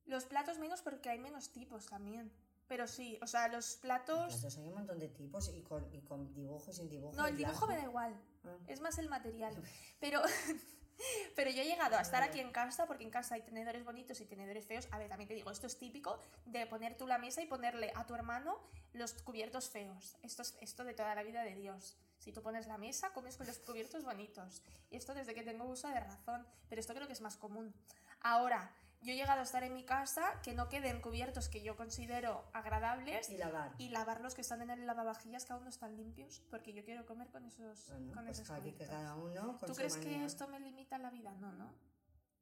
Los platos menos porque hay menos tipos también. Pero sí, o sea, los
Los
platos...
platos hay un montón de tipos y con, y con dibujo y sin dibujo.
No,
y
el dibujo
blanco.
me da igual.
Ah.
Es más el material. Pero, pero yo he llegado a estar aquí en casa, porque en casa hay tenedores bonitos y tenedores feos. A ver, también te digo, esto es típico de poner tú la mesa y ponerle a tu hermano los cubiertos feos. Esto es esto de toda la vida de Dios. Si tú pones la mesa, comes con los cubiertos bonitos. Y esto desde que tengo uso de razón. Pero esto creo que es más común. Ahora, yo he llegado a estar en mi casa, que no queden cubiertos que yo considero agradables
Y lavar.
y lavar los que están en el lavavajillas que aún no están limpios, porque yo quiero comer con esos,
Bueno,
con
pues
esos
aquí que
cubiertos.
cada uno con
¿Tú
su
crees que
manía.
esto me limita la vida? No, no.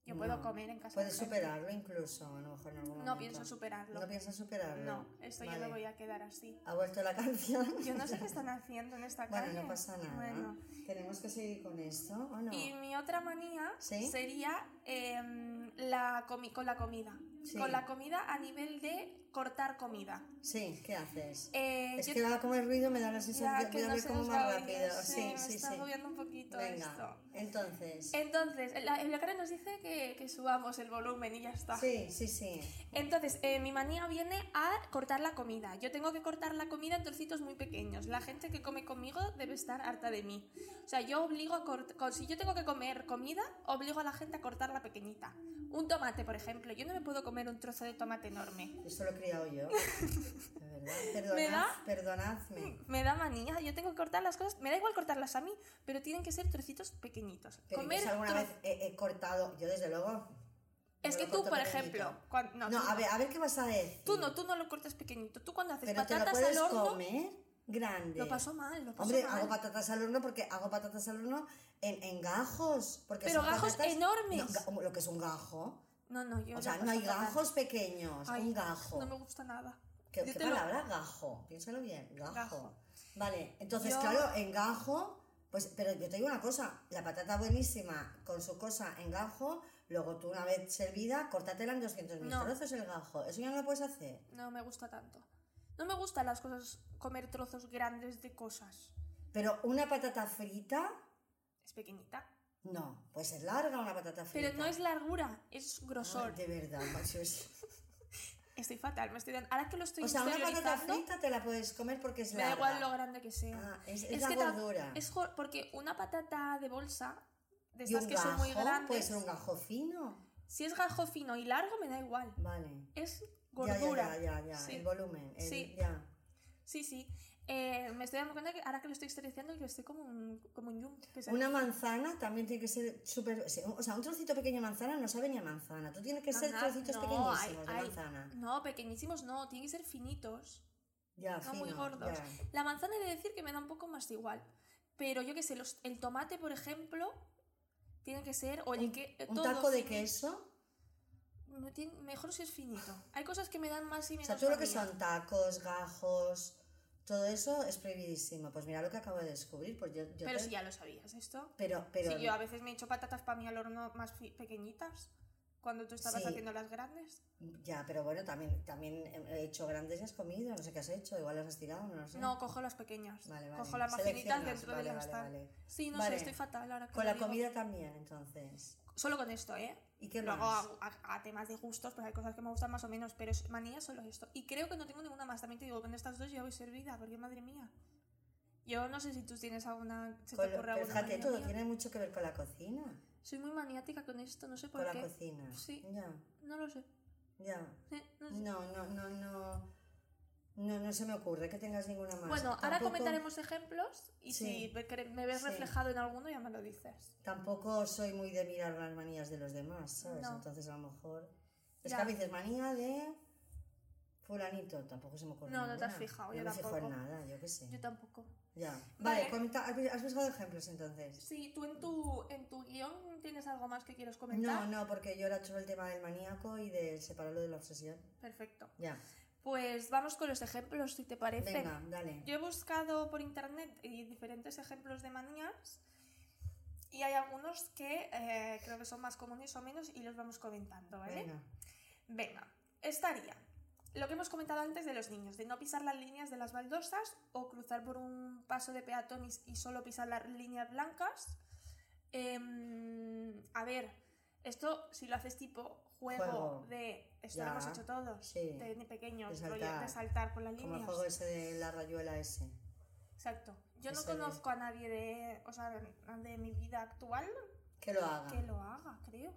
Yo puedo comer en casa. de
Puedes
gente.
superarlo incluso, a lo mejor en algún
No
momento.
pienso superarlo.
No piensas superarlo.
No, esto yo
Vale.
me voy a quedar así.
Ha vuelto la canción.
Yo no sé qué están haciendo en esta
Bueno,
calle.
no pasa nada.
Bueno.
Tenemos que seguir con esto, ¿o no?
Y mi otra manía
¿Sí?
sería em, la comi con la comida.
Sí.
Con la comida a nivel de cortar comida.
Sí, ¿qué haces?
Eh,
Es
yo-
que va como el ruido, me da la sensación
ya
que voy a
no
ver
se
como
nos
más
va a oír,
rápido.
sí,
Sí,
me
sí,
está
sí.
agobiando un poquito
Venga,
esto.
entonces.
Entonces, la, la cara nos dice que, que subamos el volumen y ya está.
Sí, sí, sí.
Entonces, eh, mi manía viene a cortar la comida. Yo tengo que cortar la comida en trocitos muy pequeños. La gente que come conmigo debe estar harta de mí. O sea, yo obligo a cortar... Si yo tengo que comer comida, obligo a la gente a cortarla pequeñita. Un tomate, por ejemplo. Yo no me puedo comer un trozo de tomate enorme.
Esto lo he criado yo. De verdad. Perdonad,
¿Me da?
Perdonadme.
Me da manía. Yo tengo que cortar las cosas. Me da igual cortarlas a mí, pero tienen que ser trocitos pequeñitos.
Pero incluso alguna
tro-
vez he, he cortado, yo desde luego.
Es
yo
que
lo
tú,
corto
por
pequeñito.
ejemplo... cuan-
No,
no, tú
a ver, a ver qué vas a decir.
Tú no, tú no lo cortas pequeñito. Tú cuando haces
Pero te lo
patatas al
puedes
horno...
comer grande.
Lo pasó mal, lo pasó
Hombre,
mal.
hago patatas al horno porque hago patatas al horno en, en gajos. Porque
Pero
son
gajos
patatas-
enormes.
No, ga- lo que es un gajo.
No, no, yo
O sea,
la
no hay
paso fatal.
gajos pequeños,
Ay,
un gajo.
No me gusta nada.
¿Qué,
Yo
qué
te lo-
palabra? Gajo. Piénsalo bien, gajo.
Gajo.
Vale, entonces,
Yo-
claro, en gajo, pues, pero yo te digo una cosa, la patata buenísima con su cosa en gajo, luego tú una vez servida, córtatela en 200 mil
No.
trozos el gajo. Eso ya no lo puedes hacer.
No me gusta tanto. No me gustan las cosas, comer trozos grandes de cosas.
Pero una patata frita,
Es pequeñita.
no, pues es larga una patata frita.
Pero no es largura, es
Ay,
grosor.
De verdad, macho, es-
Estoy fatal, me estoy dando. Ahora que lo estoy
O sea, una patata
interiorizando,
frita te la puedes comer porque es
me da
larga.
igual lo grande que sea.
Ah, es, es
Es
la
que ta-
gordura.
Es jo- porque una patata de bolsa, de
y
esas
un
que son muy
gajo,
grandes,
puede ser un gajo fino.
si es gajo fino y largo, me da igual.
Vale.
Es
Ya,
gordura.
Ya, ya, ya, ya,
Sí.
el volumen. el-
Sí.
Ya.
Sí, sí. Eh, me estoy dando cuenta que ahora que lo estoy historizando, que estoy como un, como un yum. que se-
Una manzana también tiene que ser súper... sí, O sea, un trocito pequeño de manzana no sabe ni a manzana. Tú tienes que ser
Ajá,
trocitos
no,
pequeñísimos
hay-
de
hay-
manzana.
No, pequeñísimos no, tienen que ser finitos.
Ya,
no muy
fino,
gordos.
ya.
La manzana he de decir que me da un poco más igual. Pero yo qué sé, los, el tomate, por ejemplo, tiene que ser. O el que,
Un
todo
taco de
fini-
queso.
no tiene- mejor si es finito. Hay cosas que me dan más y
O
menos.
sea, todo lo que
manía.
son tacos, gajos, todo eso es prohibidísimo. Pues mira lo que acabo de descubrir. Pues yo, yo
Pero
te-
si ya lo sabías, esto.
pero, pero
si yo a veces me he hecho patatas para mí al horno más fi- pequeñitas. Cuando tú estabas
Sí.
haciendo las grandes.
Ya, pero bueno, también, también he hecho grandes y has comido. No sé qué has hecho. Igual las has tirado, no lo sé.
No, cojo las pequeñas.
Vale, vale.
Cojo las más finitas
Seleccionas,
dentro
vale,
de
vale,
las tal.
vale.
Sí, no
Vale.
sé, estoy fatal ahora. que
Con
lo
la
digo.
comida también, entonces.
Solo con esto, ¿eh?
¿Y qué
Luego
más?
a, a- a temas de gustos, pues hay cosas que me gustan más o menos, pero es- manía solo esto. Y creo que no tengo ninguna más. También te digo, con estas dos yo voy servida, porque madre mía. Yo no sé si tú tienes alguna. ¿Se
Con
te
lo- pero
ocurre alguna?
fíjate,
manía
todo
mía?
tiene mucho que ver con la cocina.
Soy muy maniática con esto, no sé por
Con la
qué.
cocina.
Sí.
Ya,
No lo sé.
ya.
Eh, no sé.
No, no, no, no. No, no se me ocurre que tengas ninguna más.
Bueno, ahora
Tampoco-
comentaremos ejemplos y
Sí.
si me cre- me ves
Sí.
reflejado en alguno ya me lo dices.
Tampoco soy muy de mirar las manías de los demás, ¿sabes?
No.
Entonces a lo mejor. Es
Ya.
que a veces manía de. Fulanito, tampoco se me ocurre.
No, no te
ninguna.
has fijado,
no
yo
me fijo en
tampoco.
nada, yo qué sé.
Yo tampoco.
Ya. Vale,
Vale.
comenta- ¿has buscado ejemplos entonces?
Sí, tú en tu, en tu guión tienes algo más que quieres
No,
comentar.
no, porque yo era sobre el tema del maníaco y de separarlo de la obsesión.
Perfecto.
Ya.
Pues vamos con los ejemplos, si te parece.
Venga, dale.
Yo he buscado por internet eh, diferentes ejemplos de manías y hay algunos que eh, creo que son más comunes o menos y los vamos comentando, ¿vale?
Venga.
Venga, estaría lo que hemos comentado antes de los niños, de no pisar las líneas de las baldosas o cruzar por un paso de peatón y, y solo pisar las líneas blancas. Em, a ver, esto si lo haces tipo juego,
Juego.
de... Esto
Ya.
lo hemos hecho todos,
Sí.
de pequeños,
De
rollo
saltar.
de saltar por las
Como el
líneas.
juego ese de la rayuela ese.
Exacto. Yo no
Ese de-
conozco a nadie de, o sea, de mi vida actual
Que lo haga.
que lo haga, creo.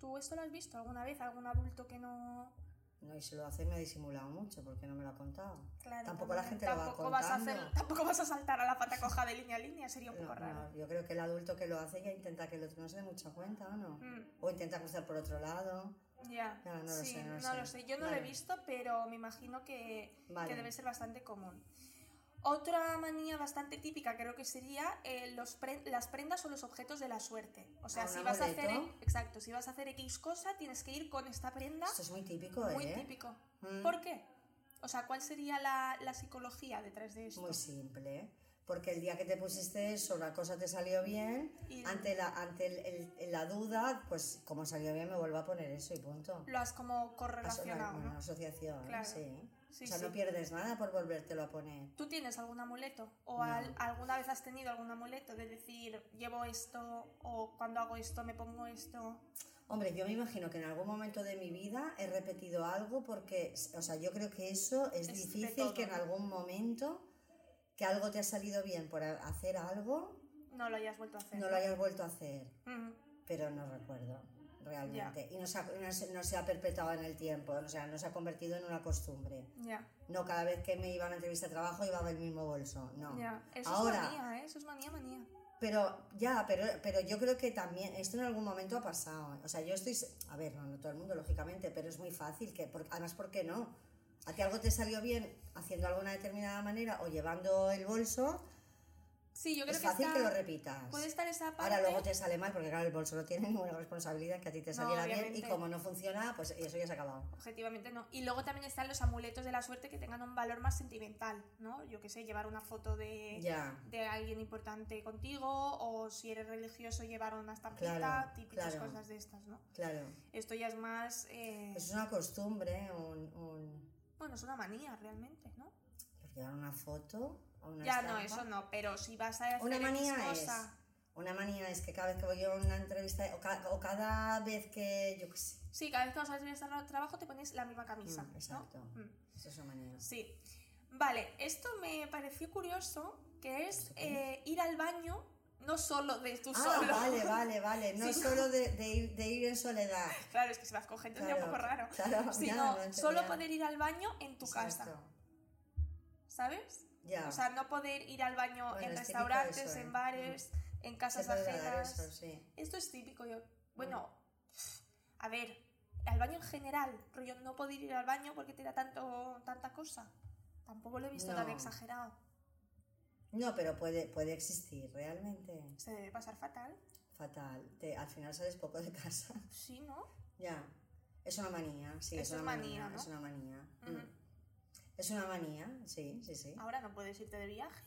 ¿Tú esto lo has visto alguna vez? ¿Algún adulto que no...?
No, y si lo hace me ha disimulado mucho porque no me lo ha contado.
Claro,
Tampoco la gente lo va
tampoco vas a
contando.
hacer- tampoco vas a saltar a la pata coja de línea a línea, sería un
No,
poco raro.
no, yo creo que el adulto que lo hace ya intenta que el otro no se dé mucha cuenta, ¿o no?
Mm,
O intenta cruzar por otro lado.
ya,
Ya, no lo
sí,
sé, no lo
no,
sé.
lo sé. Yo no lo
Vale.
he visto, pero me imagino que,
Vale.
que debe ser bastante común. Otra manía bastante típica creo que sería eh, los pre- las prendas o los objetos de la suerte. O sea,
Ah, un
si vas a hacer e-,
amuleto.
exacto, si vas a hacer X cosa, tienes que ir con esta prenda.
Esto es muy típico,
Muy
¿eh?
típico.
Mm.
¿Por qué? O sea, ¿cuál sería la, la psicología detrás de esto?
Muy simple, ¿eh? porque el día que te pusiste eso, la cosa te salió bien,
Y-
ante la, ante el- el- la duda, pues como salió bien me vuelvo a poner eso y punto.
Lo has como
Aso-
correlacionado,
bueno,
¿no?
asociación,
Claro.
sí.
Sí,
O sea,
sí.
no pierdes nada por volvértelo a poner.
¿Tú tienes algún amuleto? ¿O
No.
al- alguna vez has tenido algún amuleto? De decir, llevo esto, o cuando hago esto me pongo esto.
Hombre, yo me imagino que en algún momento de mi vida he repetido algo porque, o sea, yo creo que eso es,
Es de
difícil
todo.
que en algún momento que algo te ha salido bien por a- hacer algo,
No lo hayas vuelto a hacer.
no lo hayas vuelto a hacer.
Ujú.
pero no recuerdo realmente. Y no se, ha, no se- no se ha perpetuado en el tiempo, o sea, no se ha convertido en una costumbre.
Ya,
No cada vez que me iba a una entrevista de trabajo llevaba el mismo bolso, no.
ya. Eso
Ahora-
es manía, ¿eh? Eso es manía, manía.
Pero ya, pero, pero yo creo que también esto en algún momento ha pasado. ¿eh? O sea, yo estoy, se- a ver, no, no todo el mundo, lógicamente, pero es muy fácil, que por- además, ¿por qué no? A ti algo te salió bien haciendo alguna determinada manera o llevando el bolso,
Sí, yo creo
es
que,
fácil
está-
que lo repitas.
puede estar esa parte.
Ahora luego te sale mal, porque claro, el bolso no tiene ninguna responsabilidad que a ti te
No,
saliera bien y
obviamente.
como no funciona, pues eso ya se ha acabado.
Objetivamente no. Y luego también están los amuletos de la suerte que tengan un valor más sentimental, ¿no? Yo qué sé, llevar una foto de,
Ya,
de alguien importante contigo, o si eres religioso, llevar una estampita,
Claro,
típicas
claro.
cosas de estas, ¿no?
claro.
Esto ya es más. eh,
Es una costumbre, un, un-
Bueno, es una manía realmente, ¿no?
llevar una foto o una
ya no,
estampa.
eso no, pero si vas a hacer
Una
X
manía es.
cosa.
Una manía es que cada vez que voy a una entrevista o, ca- o cada vez que, yo qué sé,
Sí, cada vez que vas a entrevistar al trabajo te pones la misma camisa.
Mm,
¿no?
exacto.
Mm.
eso es una manía.
Sí. Vale, esto me pareció curioso, que es
¿Esto qué
eh, ir al baño, no solo de tú
ah,
solo.
vale, vale, vale. No
Sí, no.
solo de, de ir, de ir en soledad.
Claro, es que si vas con gente sería un
Claro,
poco raro.
Claro, ya,
Sino
no
solo
entendía.
poder ir al baño en tu casa,
Exacto.
¿sabes?
Ya.
O sea, no poder ir al baño
Bueno, es
en
típico
restaurantes,
eso, ¿eh?
en bares, en
se
casas
puede dar
ajenas.
eso, sí.
Esto es típico.
Mm.
Yo, bueno, a ver, al baño en general, rollo no poder ir al baño porque te da tanto, tanta cosa. Tampoco lo he visto tan
No.
exagerado.
No, pero puede, puede existir realmente.
Se debe pasar fatal.
Fatal. Te- al final sales poco de casa.
Sí, ¿no?
Ya. Es una manía, sí. Es
Eso
una
es
manía,
manía, ¿no?
es una manía. Mm.
Ujú. Ah,
Es una manía, sí, sí, sí.
Ahora no puedes irte de viaje.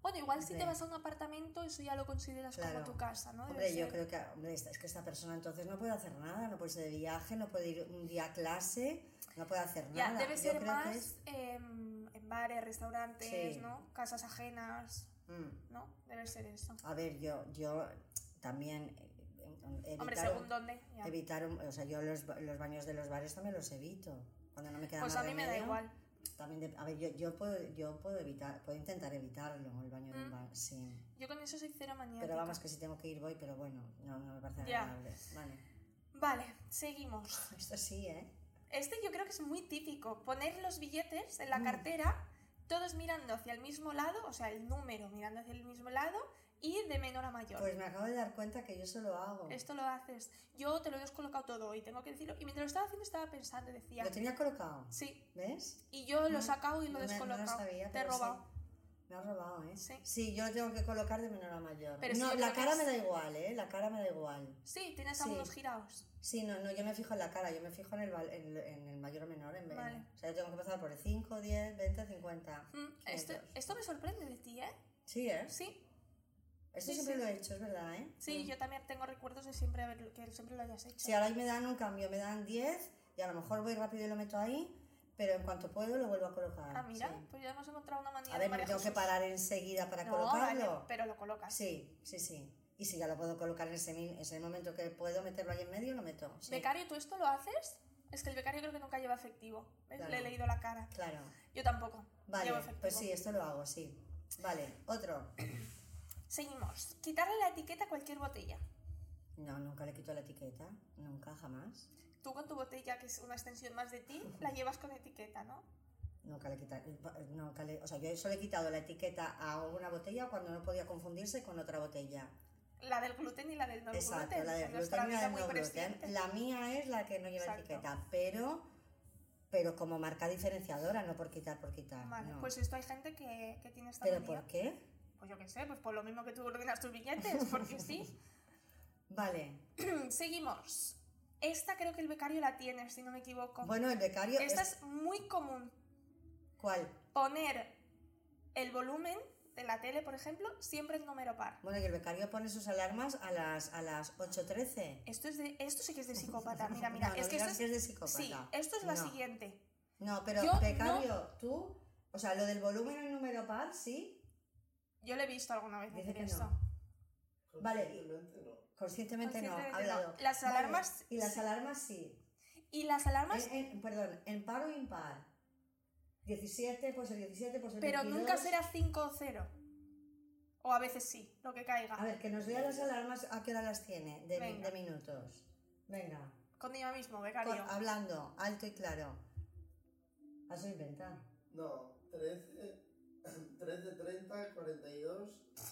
Bueno, igual si te
Hombre.
vas a un apartamento, eso ya lo consideras
Claro.
como tu casa, ¿no? Debe
Hombre, yo
ser.
creo que, hombre, esta- es que esta persona entonces no puede hacer nada, no puede ir de viaje, no puede ir un día a clase, no puede hacer
Ya,
nada.
debe
Yo
ser
creo
más
que es-
em, en bares, restaurantes,
Sí.
¿no? Casas ajenas,
Mm.
¿no? Debe ser eso.
A ver, yo, yo también... eh, evitar
Hombre,
un-
según dónde. ya.
Evitar, un- o sea, yo los, ba- los baños de los bares también los evito. Cuando no me queda
Pues
más
a mí me da
remedio,
igual.
También de- a ver, yo, yo puedo, yo puedo evitar, puedo intentar evitarlo, el baño de un
Mm.
bar, sí.
Yo con eso soy cero maniática.
Pero vamos, que si tengo que ir voy, pero bueno, no, no me parece
Ya.
agradable. Vale,
Vale, seguimos.
esto sí, ¿eh?
Este yo creo que es muy típico. Poner los billetes en la
Mm.
cartera, todos mirando hacia el mismo lado, o sea, el número mirando hacia el mismo lado y de menor a mayor.
Pues me acabo de dar cuenta que yo eso lo hago.
Esto lo haces. Yo te lo he descolocado todo y tengo que decirlo. Y mientras lo estaba haciendo estaba pensando y decía,
Lo tenía colocado,
sí.
¿ves?
Y yo lo he
Mm.
sacado y lo
No
he
me- no lo
descolocado.
sabía,
te he
pero sí.
robado.
Me ha robado, ¿eh?
Sí.
yo lo tengo que colocar de menor a mayor.
Pero
no,
sí, yo
la
creo
cara
que es-
me da igual, ¿eh? La cara me da igual.
Sí, tienes
Sí.
algunos girados.
Sí, no, no, yo me fijo en la cara, yo me fijo en el, val- en, en el mayor o menor. En, en-
Vale.
o sea, yo tengo que pasar por el 5, 10, 20, 50.
Mm, Esto,
Quinientos.
esto me sorprende de ti, ¿eh?
Sí, ¿eh?
Sí,
Esto
Sí,
siempre
sí.
lo he hecho, es verdad, ¿eh?
sí,
Mm.
yo también tengo recuerdos de siempre haberlo- que siempre lo hayas hecho.
Si ahora me dan un cambio, me dan 10 y a lo mejor voy rápido y lo meto ahí, pero en cuanto puedo lo vuelvo a colocar.
Ah, mira,
sí.
pues ya hemos encontrado una manía
A
de
ver, no
María
tengo que
Jesús.
parar enseguida para
No, vale,
colocarlo.
pero lo colocas.
Sí, sí, sí. Y si ya lo puedo colocar en ese, min- ese momento que puedo meterlo ahí en medio, lo meto. sí.
Becario, ¿tú esto lo haces? Es que el becario creo que nunca lleva efectivo. ¿ves?
Claro.
Le he leído la cara.
Claro.
Yo tampoco.
Vale,
llevo efectivo.
pues sí, esto lo hago, sí. Vale, otro.
Seguimos. Quitarle la etiqueta a cualquier botella.
No, nunca le quito la etiqueta. Nunca, jamás.
Tú con tu botella, que es una extensión más de ti, la llevas con etiqueta, ¿no?
Nunca le quita, nunca le, o sea, yo solo he quitado la etiqueta a una botella cuando no podía confundirse con otra botella.
La del gluten y la del no
Exacto,
gluten.
la de
en nuestra
gluten y la
vida
de
muy
no gluten.
presente.
La mía es la que no lleva
Exacto.
etiqueta, pero pero como marca diferenciadora, no por quitar, por quitar.
Vale,
no.
pues esto hay gente que, que tiene esta
¿Pero
manía.
por qué?
Pues yo qué sé, pues por lo mismo que tú ordenas tus billetes, porque sí.
Vale.
Seguimos. Esta creo que el becario la tiene, si no me equivoco.
Bueno, el becario.
Esta
es-
es muy común.
¿Cuál?
Poner el volumen de la tele, por ejemplo, siempre en número par.
Bueno, y el becario pone sus alarmas a las, a las 8.13.
Esto es de. Esto sí que es de psicópata. Mira, mira.
No, no
es que
digas
esto es.
que es de psicópata.
sí, esto es la
No.
siguiente.
No, pero
Yo
becario, tú. O sea, lo del volumen en número par, sí.
Yo lo he visto alguna vez
Dice
hacer
que no.
esto.
Vale.
Conscientemente no.
Conscientemente no, ha
Conscientemente no.
hablado.
Las
Vale,
alarmas-
Y las Eh,
sí.
alarmas sí.
Y las alarmas,
En- en- perdón, en par o impar. 17, pues el 17, pues el
pero
22.
nunca será 5 o 0. O a veces sí, lo que caiga.
A ver, que nos lea las alarmas a qué hora las tiene, de, mi-
Venga.
de minutos. Venga,
Con dinamismo,
con-
becario.
hablando, alto y claro. Has inventado.
No, 13, 13, 30, 42,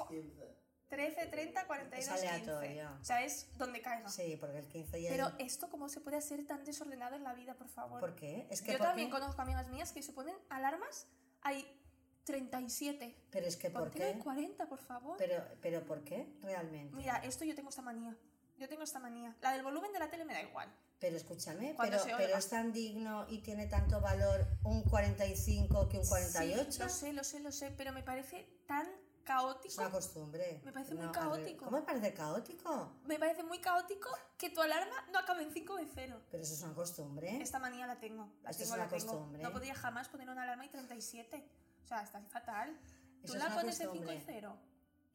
15.
eh,
13, 30, 42,
Es aleatorio.
15. O sea, es donde caiga.
Sí, porque el 15 ya...
Pero esto, ¿cómo se puede hacer tan desordenado en la vida, por favor?
¿Por qué? Es que
Yo
¿por
también
qué?
conozco amigas mías que se ponen alarmas. Hay 37.
Pero es que ¿por
Ponte
qué?
40, por favor.
Pero, pero ¿por qué? Realmente.
Mira, esto yo tengo esta manía. Yo tengo esta manía. La del volumen de la tele me da igual.
Pero escúchame,
Cuando
pero,
se oiga.
pero es tan digno y tiene tanto valor un 45 que un 48.
Sí, lo sé, lo sé, lo sé, pero me parece tan
Es
caótico.
una costumbre.
Me parece muy
No, al revés.
caótico.
¿Cómo me parece caótico?
Me parece muy caótico que tu alarma no acabe en 5 de 0.
Pero eso es una costumbre.
Esta manía la tengo.
¿Eh?
La
Esto es
tengo, la
una
tengo.
costumbre. ¿eh?
No podría jamás poner una alarma y 37. O sea, estás fatal.
Eso
Tú
es
la
una
pones en 5
costumbre.
y 0.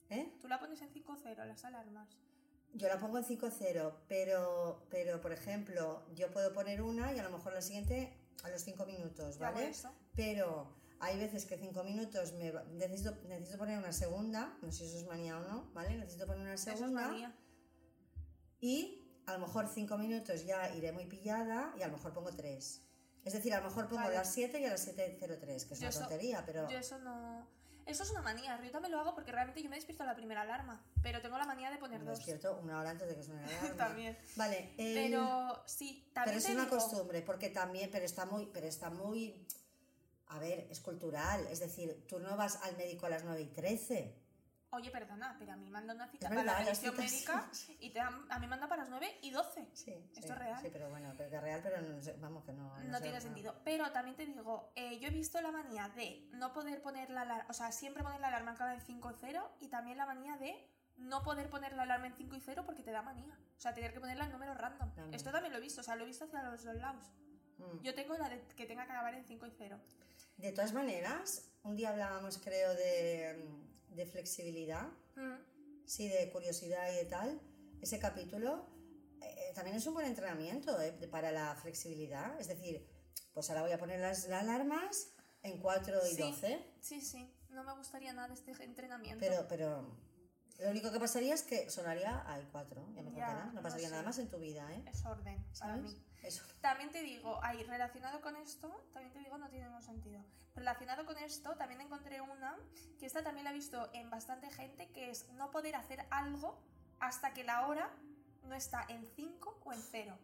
¿Eh?
Tú la pones en 5 y 0, las alarmas.
Yo la pongo en 5-0, pero, pero por ejemplo, yo puedo poner una y a lo mejor la siguiente a los 5 minutos, Pues
Ya
¿vale?
con eso.
Pero hay veces que 5 minutos me va- necesito, necesito poner una segunda, no sé si eso es manía o no, ¿vale? Necesito poner una
Eso es
segunda
manía.
y a lo mejor 5 minutos ya iré muy pillada y a lo mejor pongo 3. Es decir, a lo mejor pongo
Vale.
las 7 y a las 7.03, que es
Yo
una
eso-
tontería, pero
Yo eso no. Eso es una manía. Yo también lo hago porque realmente yo me despierto a la primera alarma. Pero tengo la manía de poner
me
dos.
despierto una hora antes de que suene la alarma.
también.
Vale, el-
Pero sí,
Pero
también
es
te
una
digo,
costumbre, porque también, pero está muy, pero está muy, a ver, es cultural, es decir, tú no vas al médico a las 9 y 13.
Oye, perdona, pero a mí manda una
Es
cita para
verdad,
la
las
revisión
citas-
médica y te dan- a mí manda para las 9 y 12.
Sí, sí,
Esto es real.
Sí, pero bueno, pero que es real, pero no sé, vamos, que no...
No
sé,
tiene sentido. Pero también te digo, eh, yo he visto la manía de no poder poner la alarma, o sea, siempre poner la alarma cada vez 5 y 0 y también la manía de no poder poner la alarma en 5 y 0 porque te da manía. O sea, tener que ponerla en números random.
También.
Esto también lo he visto, o sea, lo he visto hacia los dos lados.
Mm.
Yo tengo la de que tenga que acabar en 5 y 0.
De todas maneras, un día hablábamos, creo, de, mm, de flexibilidad, sí, de curiosidad y de tal, ese capítulo eh, también es un buen entrenamiento eh, de- para la flexibilidad, es decir, pues ahora voy a poner las, las alarmas en 4 y
Sí.
12.
Sí, sí, no me gustaría nada este entrenamiento.
Pero, pero lo único que pasaría es que sonaría al 4, ya me
Ya,
contarás. No
no
pasaría
sé.
nada más en tu vida, ¿eh?
es orden para
¿Sabes?
mí.
Eso.
También te digo, ahí, relacionado con esto, también te digo, no tiene ningún sentido. Relacionado con esto, también encontré una, que esta también la he visto en bastante gente, que es no poder hacer algo hasta que la hora no está en 5 o en 0.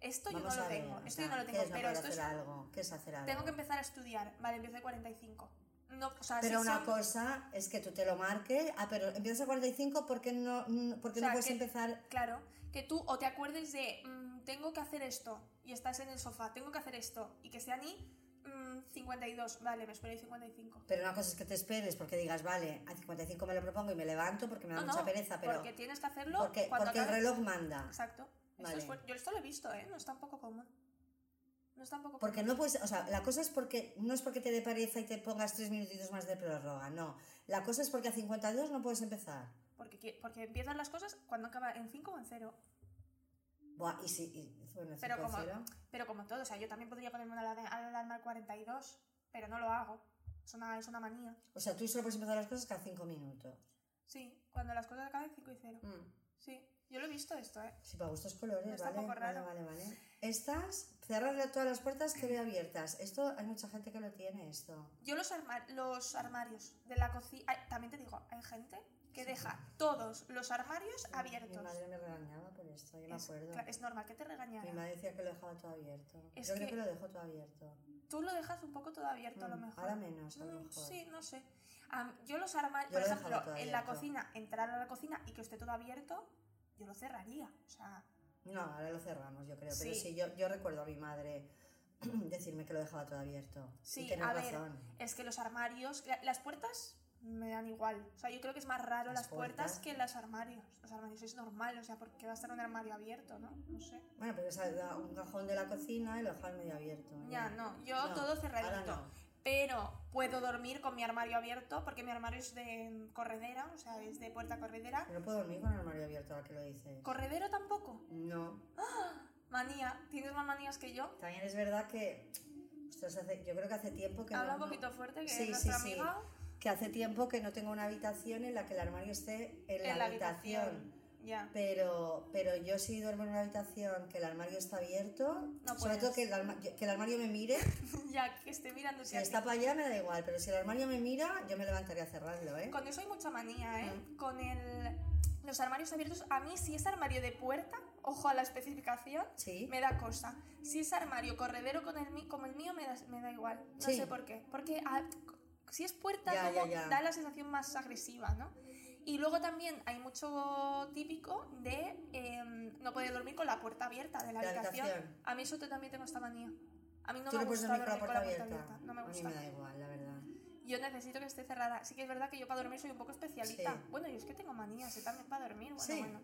Esto yo no
Vamos
lo
a ver,
tengo,
o
esto
sea,
yo no lo
¿qué
tengo,
es no
pero
poder
esto es,
hacer algo? ¿Qué es hacer algo?
tengo que empezar a estudiar, vale, empiezo de 45. No, o sea,
Pero
si
una
son-
cosa es que tú te lo marques. Ah, pero empiezas a 45, ¿por qué no, mm, por qué
O
no
sea,
puedes
que-
empezar?
Claro, que tú o te acuerdes de mm, tengo que hacer esto y estás en el sofá, tengo que hacer esto y que sean y mm, 52, vale, me espero y 55.
Pero una cosa es que te esperes porque digas, vale, a 55 me lo propongo y me levanto porque me da mucha pereza, Ah, pero
porque tienes que hacerlo
porque,
cuando
porque el
acabe-
reloj manda.
Exacto. Esto
Vale.
es fuert- yo esto lo he visto, ¿eh? No es tampoco común. No es tampoco común.
Porque no puedes, o sea, la cosa es porque, no es porque te dé pereza y te pongas tres minutitos más de prórroga, no. La cosa es porque a 52 no puedes empezar.
Porque, qui- porque empiezan las cosas cuando acaba en 5 o en 0.
Buah, y si, y, bueno,
Pero
cinco
como-
cero.
Pero como todo, o sea, yo también podría ponerme una alarma- alarma al 42, pero no lo hago. Es una, es una manía.
O sea, tú solo puedes empezar las cosas cada cinco minutos.
Sí, cuando las cosas acaban en 5 y 0. Sí, Yo lo he visto esto, ¿eh?
Sí, para gustos colores,
Mm. No está
vale,
poco
vale,
raro.
vale, vale. Estas, cerrarle todas las puertas que veo abiertas. Esto, hay mucha gente que lo tiene, esto.
Yo los, arma- los armarios de la cocina... ay, También te digo, hay gente que deja todos los armarios
Mi
abiertos.
madre me regañaba por esto, yo me
Es,
acuerdo.
cla- es normal que te
Mi
regañara.
madre decía que lo dejaba todo abierto.
Es
yo creo
que-
que lo dejo todo abierto.
Tú lo dejas un poco todo abierto a lo
Mm,
mejor.
Ahora menos, a lo
Mm,
mejor.
Sí, no sé. Am, yo los armarios,
Yo
por
lo
ejemplo,
dejaba todo
en la
abierto.
cocina, entrar a la cocina y que esté todo abierto, yo lo cerraría. O sea,
No, ahora lo cerramos, yo creo. Pero
Sí.
sí, yo, yo recuerdo a mi madre decirme que lo dejaba todo abierto.
Sí,
y tener
a ver,
razón.
es que los armarios, la- las puertas me dan igual. O sea, yo creo que es más raro
Las
las, puertas,
puertas.
que los armarios. Los armarios es normal, o sea, porque va a estar un armario abierto, ¿no? No sé.
Bueno, pero salga un cajón de la cocina y lo dejar medio abierto. ¿eh?
Ya, no, yo
No,
todo
Ahora
cerradito.
no.
Pero puedo dormir con mi armario abierto porque mi armario es de corredera, o sea, es de puerta corredera.
Yo No puedo dormir con el armario abierto, ahora que lo dices.
¿Corredero tampoco?
No.
Manía, tienes más manías que yo.
También es verdad que. ostras, hace- yo creo que hace tiempo que.
Habla
no-
un poquito fuerte, que
Sí,
es
sí,
nuestra
sí.
amiga
Que hace tiempo que no tengo una habitación en la que el armario esté en,
en
la habitación.
Ya.
Pero, pero yo sí duermo en una habitación que el armario está abierto.
No
sobre
puedes.
todo que el, alma- que el armario me mire.
ya, que esté mirando
Si
si
está para allá me da igual, pero si el armario me mira, yo me levantaría a cerrarlo, ¿eh?
Con eso hay mucha manía, ¿eh? Con el, los armarios abiertos, a mí si es armario de puerta, ojo a la especificación,
Sí.
me da cosa. Si es armario corredero con el, mí- como el mío, me da, me da igual. No
Sí.
sé por qué. Porque a- si es puerta,
Ya,
como
ya, ya.
da la sensación más agresiva, ¿no? Y luego también hay mucho típico de em, no poder dormir con la puerta abierta de la,
La
habitación.
habitación.
A mí eso te- también tengo esta manía. A mí no
Tú
me
no puedes dormir
gusta dormir
con la puerta abierta.
No me
a mí
gusta.
me da igual, la verdad.
Yo necesito que esté cerrada. Sí que es verdad que yo para dormir soy un poco especialista.
Sí.
Bueno, yo es que tengo manías, ¿eh? también para dormir. Bueno,
Sí.
bueno.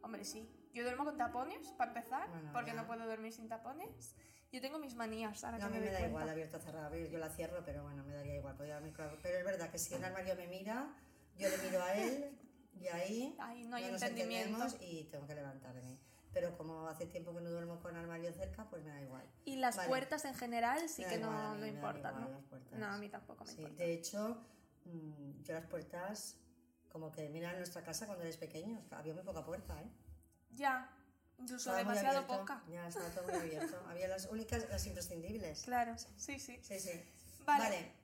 Hombre, sí. Yo duermo con tapones, para empezar,
Bueno,
porque
ya.
no puedo dormir sin tapones. Yo tengo mis manías, ahora
No, a
que
mí
me,
me
doy
da
cuenta.
igual abierto o cerrado. A ver, Yo la cierro, pero bueno, me daría igual. podría dormir con la- Pero es verdad que si el armario me mira, yo le miro a él y ahí
Ahí no hay
nos
entendimiento.
entendemos y tengo que levantarme. Pero como hace tiempo que no duermo con armario cerca, pues me da igual.
Y las
Vale.
puertas en general sí
Me da
que
igual, a
no,
mí
no
me dan
importan,
igual
¿no?
las puertas.
No, a mí tampoco me
Sí,
importa.
de hecho, mm, yo las puertas, como que miran nuestra casa cuando eres pequeño, había muy poca puerta, ¿eh?
Ya, incluso
Estaba muy
demasiado
abierto,
poca.
Ya, estaba todo muy abierto. había las únicas, las imprescindibles.
Claro, sí, sí.
Sí, sí.
Vale.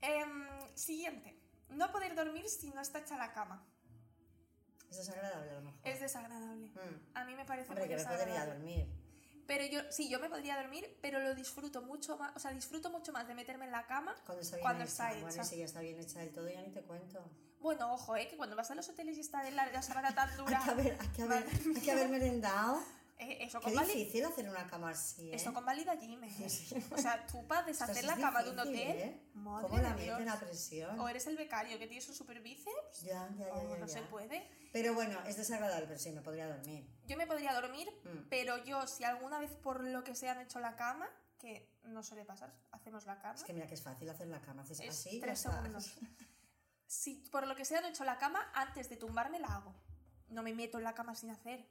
em, siguiente. No poder dormir si no está hecha la cama.
Eso es agradable a lo mejor.
Es desagradable.
Mm.
A mí me parece
Hombre,
muy
que me podría
desagradable.
dormir.
Pero yo, sí, yo me podría dormir, pero lo disfruto mucho más, o sea, disfruto mucho más de meterme en la cama.
Cuando está bien
Cuando
hecha.
está
Bueno,
hecha.
si ya está bien hecha del todo, ya ni te cuento.
Bueno, ojo, eh, que cuando vas a los hoteles y está de la, la sábana tan
Hay
dura,
que haber, hay que haber,
Madre
hay que haber merendado.
eh, eso,
Qué
con valida,
difícil hacer una cama así, ¿eh? Pues,
eso convalida Jim, eh. O sea, tú para deshacer
es
la cama de un
difícil,
hotel,
¿eh?
madre
¿Cómo la
de
meten la
Dios.
presión?
O eres el becario que tienes un super bíceps,
Ya, ya, ya, ya,
o no pues.
ya.
se puede.
Pero bueno, es desagradable, pero sí, me podría dormir.
Yo me podría dormir,
Mm.
pero yo, si alguna vez por lo que sea han hecho la cama, que no suele pasar, hacemos la cama.
Es que mira que es fácil hacer la cama, haces
Es
así. ya
tres
está.
segundos. Si por lo que sea no he hecho la cama, antes de tumbarme la hago. No me meto en la cama sin hacer.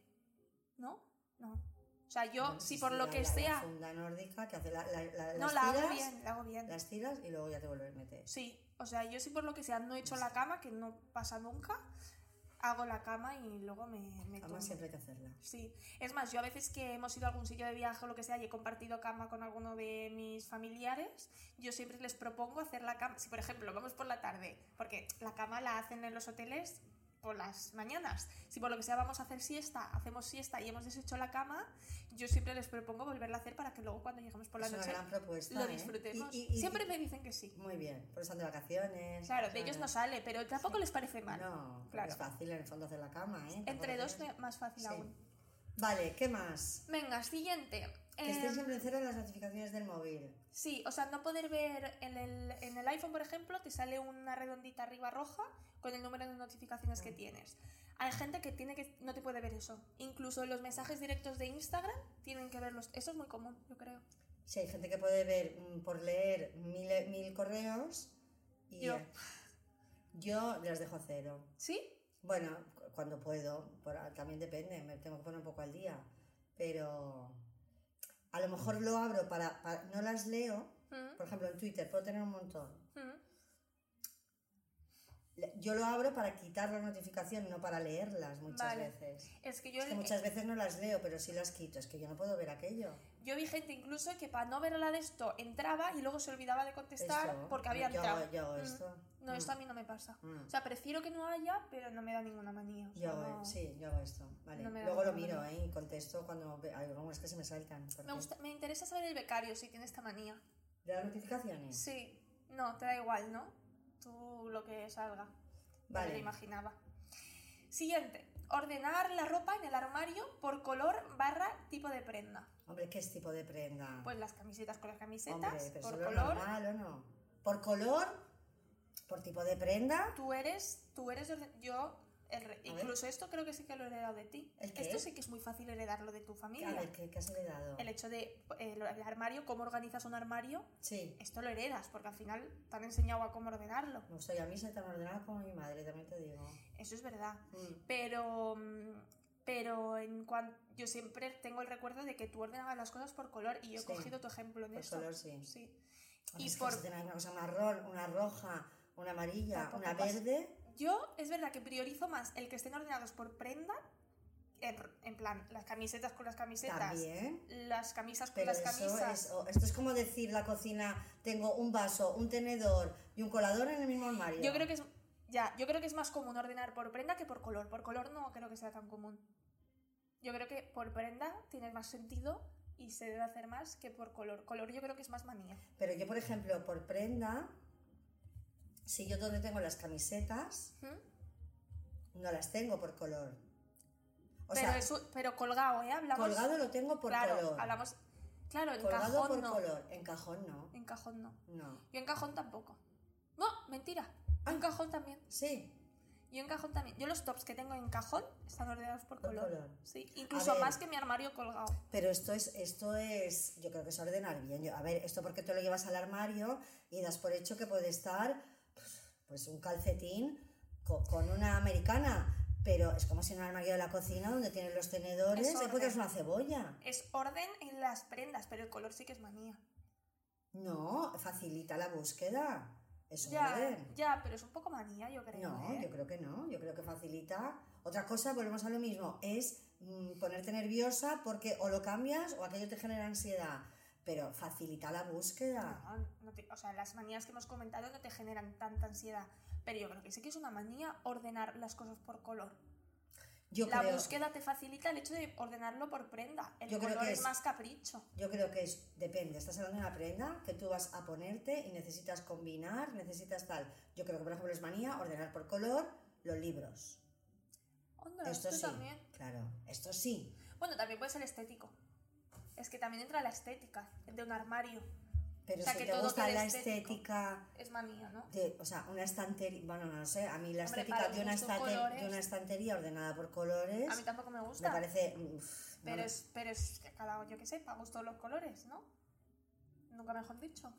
¿No? No. O sea, yo,
Bueno,
si
sí,
por
sí,
lo
la-
que
la- la
sea.
funda nórdica que hace la, la- la-
no,
las
la
tiras,
hago bien, la hago bien.
las tiras y luego ya te vuelves a meter.
Sí. O sea, yo si por lo que sea no he hecho la cama, que no pasa nunca, hago la cama y luego me, me tumbo.
Cama siempre hay que hacerla.
Sí, es más, yo a veces que hemos ido a algún sitio de viaje o lo que sea y he compartido cama con alguno de mis familiares, yo siempre les propongo hacer la cama. Si, por ejemplo, vamos por la tarde, porque la cama la hacen en los hoteles por las mañanas. Si por lo que sea vamos a hacer siesta, hacemos siesta y hemos deshecho la cama, yo siempre les propongo volverla a hacer para que luego cuando lleguemos por la
es una
noche
gran propuesta.
lo
¿eh?
disfrutemos.
Y- y- y-
siempre me dicen que sí.
Muy bien, por eso están de vacaciones.
Claro, de ellos no sale, pero tampoco les parece mal.
No, porque
Claro.
es fácil en el fondo hacer la cama, ¿eh?
Entre
Tampoco
dos
tienes-
más fácil
Sí.
aún.
Vale, ¿qué más?
Venga, siguiente.
Que estén
Em,
siempre en cero las notificaciones del móvil.
Sí, o sea, no poder ver en el, en el iPhone, por ejemplo, te sale una redondita arriba roja con el número de notificaciones que tienes. Hay gente que tiene que no te puede ver eso. Incluso los mensajes directos de Instagram tienen que verlos. Eso es muy común, yo creo.
Sí, hay gente que puede ver mm, por leer mil, mil correos y
Yo.
yo las dejo cero.
¿Sí?
Bueno, cu- cuando puedo, por- ah, también depende, me tengo que poner un poco al día, pero a lo mejor lo abro para, para- no las leo,
Mm,
por ejemplo en Twitter puedo tener un montón,
mm.
Le- Yo lo abro para quitar las notificaciones, no para leerlas muchas
Vale.
veces.
Es que yo,
Es que muchas veces no las leo, pero sí las quito. Es que yo no puedo ver aquello.
yo vi gente incluso que para no ver la de esto entraba y luego se olvidaba de contestar
Esto,
porque había
yo
entrado.
hago, yo hago
Mm.
esto.
No,
Mm,
esto a mí no me pasa.
mm.
O sea, prefiero que no haya, pero no me da ninguna manía. o sea,
Yo hago,
no-
sí, yo hago esto. Vale.
no me da
Luego lo
ninguna
miro, ¿eh? Y contesto cuando... ve- Ay, vamos, es que se me saltan. ¿por
Me,
qué?
gusta- me interesa saber el becario si tiene esta manía.
¿De las notificaciones?
Sí, no, te da igual, ¿no? Tú lo que salga. Vale. Me lo
Vale.
imaginaba. Siguiente. Ordenar la ropa en el armario por color barra tipo de prenda.
Hombre, ¿qué es tipo de prenda?
Pues las camisetas con las camisetas,
Hombre, pero
por
solo es
color.
normal, ¿o no? ¿Por color? ¿Por tipo de prenda?
Tú eres, tú eres, de orden- yo, el re-
ver.
incluso esto creo que sí que lo he heredado de ti.
¿El qué?
Esto sí que es muy fácil heredarlo de tu
A
familia.
ver, ¿qué, qué has heredado?
El hecho de eh, el armario, cómo organizas un armario,
Sí.
esto lo heredas porque al final te han enseñado a cómo ordenarlo.
Me gustaría a mí ser tan ordenada como mi madre, también te digo.
Eso es verdad.
Mm.
Pero, mm, pero en cuan- yo siempre tengo el recuerdo de que tú ordenabas las cosas por color y yo he
Sí.
cogido tu ejemplo en
Por
eso.
color, sí.
Sí.
Y
Y
es
por-
por... una cosa marrón, una roja, una amarilla,
Tampoco
una
pasa.
verde...
Yo es verdad que priorizo más el que estén ordenados por prenda, en, en plan, las camisetas con las camisetas,
También.
las camisas con
Pero
las
eso
camisas.
es, o- esto es como decir la cocina, tengo un vaso, un tenedor y un colador en el mismo armario.
Yo creo que es ya, yo creo que es más común ordenar por prenda que por color. Por color no creo que sea tan común. Yo creo que por prenda tiene más sentido y se debe hacer más que por color. Color yo creo que es más manía.
Pero yo, por ejemplo, por prenda, si yo donde tengo las camisetas,
¿Mm?
no las tengo por color. O
pero,
sea,
eso- pero colgado, ¿eh? Hablamos,
colgado lo tengo por
claro,
color.
hablamos. Claro, en
colgado
cajón
por
no.
color. En cajón no.
En cajón no.
No.
Yo en cajón tampoco. No, mentira.
Ah.
En cajón también.
Sí.
Yo en cajón también. Yo los tops que tengo en cajón están ordenados por
Por
color.
color.
Sí, incluso
ver.
más que mi armario colgado.
Pero esto es, esto es, yo creo que es ordenar bien. Yo- a ver, esto porque tú lo llevas al armario y das por hecho que puede estar pues un calcetín co- con, una americana. Pero es como si en un armario de la cocina donde tienes los tenedores,
Es
ahí puedes
orden.
una cebolla.
Es orden en las prendas, pero el color sí que es manía.
No, facilita la búsqueda. Es un
Ya,
orden.
ya, pero es un poco manía, yo creo.
No,
¿eh?
yo creo que no, yo creo que facilita. Otra cosa, volvemos a lo mismo, es mm, ponerte nerviosa porque o lo cambias o aquello te genera ansiedad, pero facilita la búsqueda.
No, no te- o sea, las manías que hemos comentado no te generan tanta ansiedad. Pero yo creo que sí que es una manía ordenar las cosas por color.
Yo
la
creo,
búsqueda te facilita el hecho de ordenarlo por prenda. El
Yo creo
color
que
es
es-
más capricho.
yo creo que es, depende, estás hablando de una prenda que tú vas a ponerte y necesitas combinar, necesitas tal. Yo creo que, por ejemplo, es manía ordenar por color los libros.
Onda,
esto
esto
sí,
también.
claro, esto sí.
Bueno, también puede ser estético. Es que también entra la estética de un armario.
Pero
O sea,
si
que
te
todo
gusta
quede
la
estético.
estética
Es manía, ¿no?
de, o sea, una estantería, bueno, no sé, a mí la
Hombre,
estética
para
de una,
gusto,
estate-
colores.
de una estantería ordenada por colores
A mí tampoco me
me
gusta.
parece... uf, no
pero,
me-
es, pero es que cada, yo qué sé, para gusto los colores, ¿no? Nunca mejor dicho.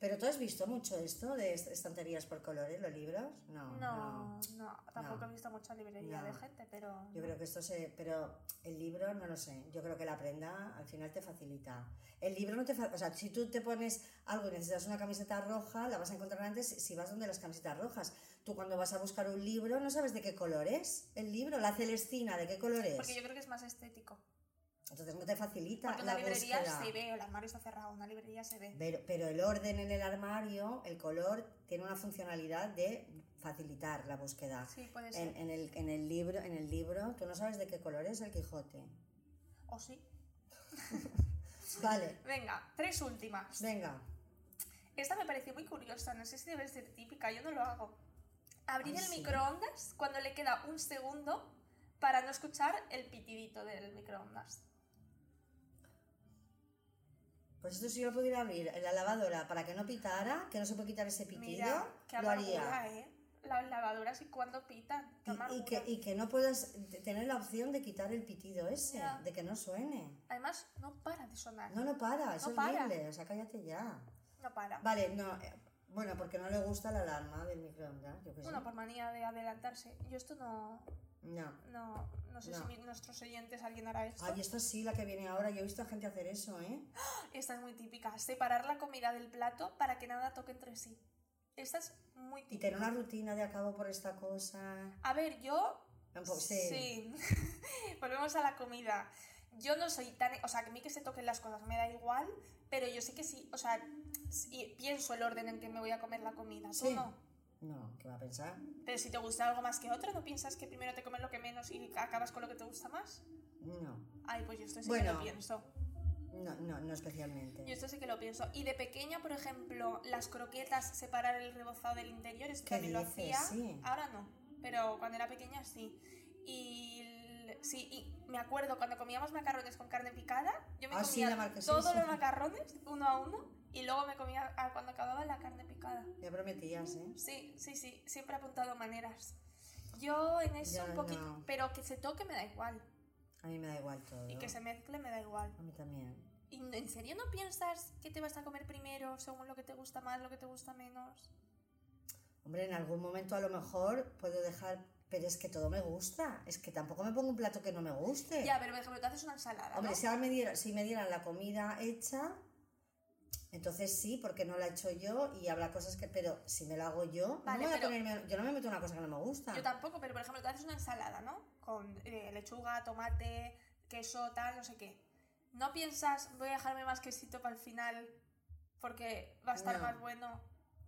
Pero tú has visto mucho esto de est- estanterías por colores, los libros? No,
No, no, tampoco
no.
he visto mucha librería
No.
de gente, pero.
Yo creo que esto se. Pero el libro, no lo sé. Yo creo que la prenda al final te facilita. El libro no te fa- O sea, si tú te pones algo y necesitas una camiseta roja, la vas a encontrar antes si vas donde las camisetas rojas. Tú cuando vas a buscar un libro, no sabes de qué color es el libro, la celestina, de qué color es.
Porque yo creo que es más estético.
Entonces no te facilita
Porque una
la
librería
búsqueda.
se ve, o el armario está cerrado, una librería se ve.
Pero, pero el orden en el armario, el color, tiene una funcionalidad de facilitar la búsqueda.
Sí, puede ser.
En, en el, en, el libro, en el libro, tú no sabes de qué color es el Quijote.
O sí.
Vale,
Venga, tres últimas.
venga.
Esta me pareció muy curiosa, no sé si debe ser típica, yo no lo hago. Abrir
Ay,
el
sí.
microondas cuando le queda un segundo para no escuchar el pitidito del microondas.
Pues esto si yo lo pudiera abrir en la lavadora para que no pitara, que no se puede quitar ese pitido,
Mira, qué
lo haría.
amargura, ¿eh? Las lavadoras y cuando pitan, qué
Y, y
amargura.
que, y que no puedas t- tener la opción de quitar el pitido ese,
Ya.
de que no suene.
Además, no para de sonar,
No, no para, es
No para.
horrible, o sea, cállate ya.
no para.
Vale, no, eh, bueno, porque no le gusta la alarma del microondas, yo qué sé.
Bueno, por manía de adelantarse. Yo esto no...
No.
No, no sé
No.
si mi- nuestros oyentes alguien hará esto.
Ay, esta sí, la que viene ahora, yo he visto a gente hacer eso, ¿eh?
Esta es muy típica. Separar la comida del plato para que nada toque entre sí. Esta es muy
Y
típica.
tener una rutina de acabo por esta cosa.
A ver, yo
Un po- Pues Sí.
Sí. Volvemos a la comida. Yo no soy tan. O sea, que a mí que se toquen las cosas me da igual, pero yo sé que sí. O sea, sí, pienso el orden en que me voy a comer la comida. Tú
Sí.
no.
No, ¿qué va a pensar?
Pero si te gusta algo más que otro, ¿no piensas que primero te comes lo que menos y acabas con lo que te gusta más?
No.
Ay, pues yo esto sí que
Bueno.
lo pienso.
No, no, no especialmente.
Yo esto sí que lo pienso. Y de pequeña, por ejemplo, las croquetas, separar el rebozado del interior, esto
¿Qué
también lo
dices?
hacía.
Sí.
Ahora no, pero cuando era pequeña sí. Y el- sí, y me acuerdo cuando comíamos macarrones con carne picada, yo me
Ah, sí,
comía
la marquesisa.
todos los macarrones uno a uno y luego me comía ah, cuando acababa la carne picada.
Ya prometías, ¿eh?
Sí, sí, sí, siempre he apuntado maneras. Yo en eso
Ya
un poquito,
no.
pero que se toque me da igual
A mí me da igual todo.
y que se mezcle me da igual.
A mí también.
¿Y n- ¿En serio no piensas que te vas a comer primero según lo que te gusta más, lo que te gusta menos?
Hombre, en algún momento a lo mejor puedo dejar, pero es que todo me gusta. Es que tampoco me pongo un plato que no me guste.
Ya, pero por ejemplo, te haces una ensalada.
Eh. Hombre,
¿no?
si, ahora me diera- si me dieran la comida hecha, entonces sí, porque no la he hecho yo y habrá cosas que. Pero si me la hago yo, no
Vale,
voy a
pero-
ponerme- yo no me meto en una cosa que no me gusta.
Yo tampoco, pero por ejemplo, te haces una ensalada, ¿no? Con eh, lechuga, tomate, queso, tal, no sé qué. ¿No piensas, voy a dejarme más quesito para el final porque va a estar
No.
más bueno?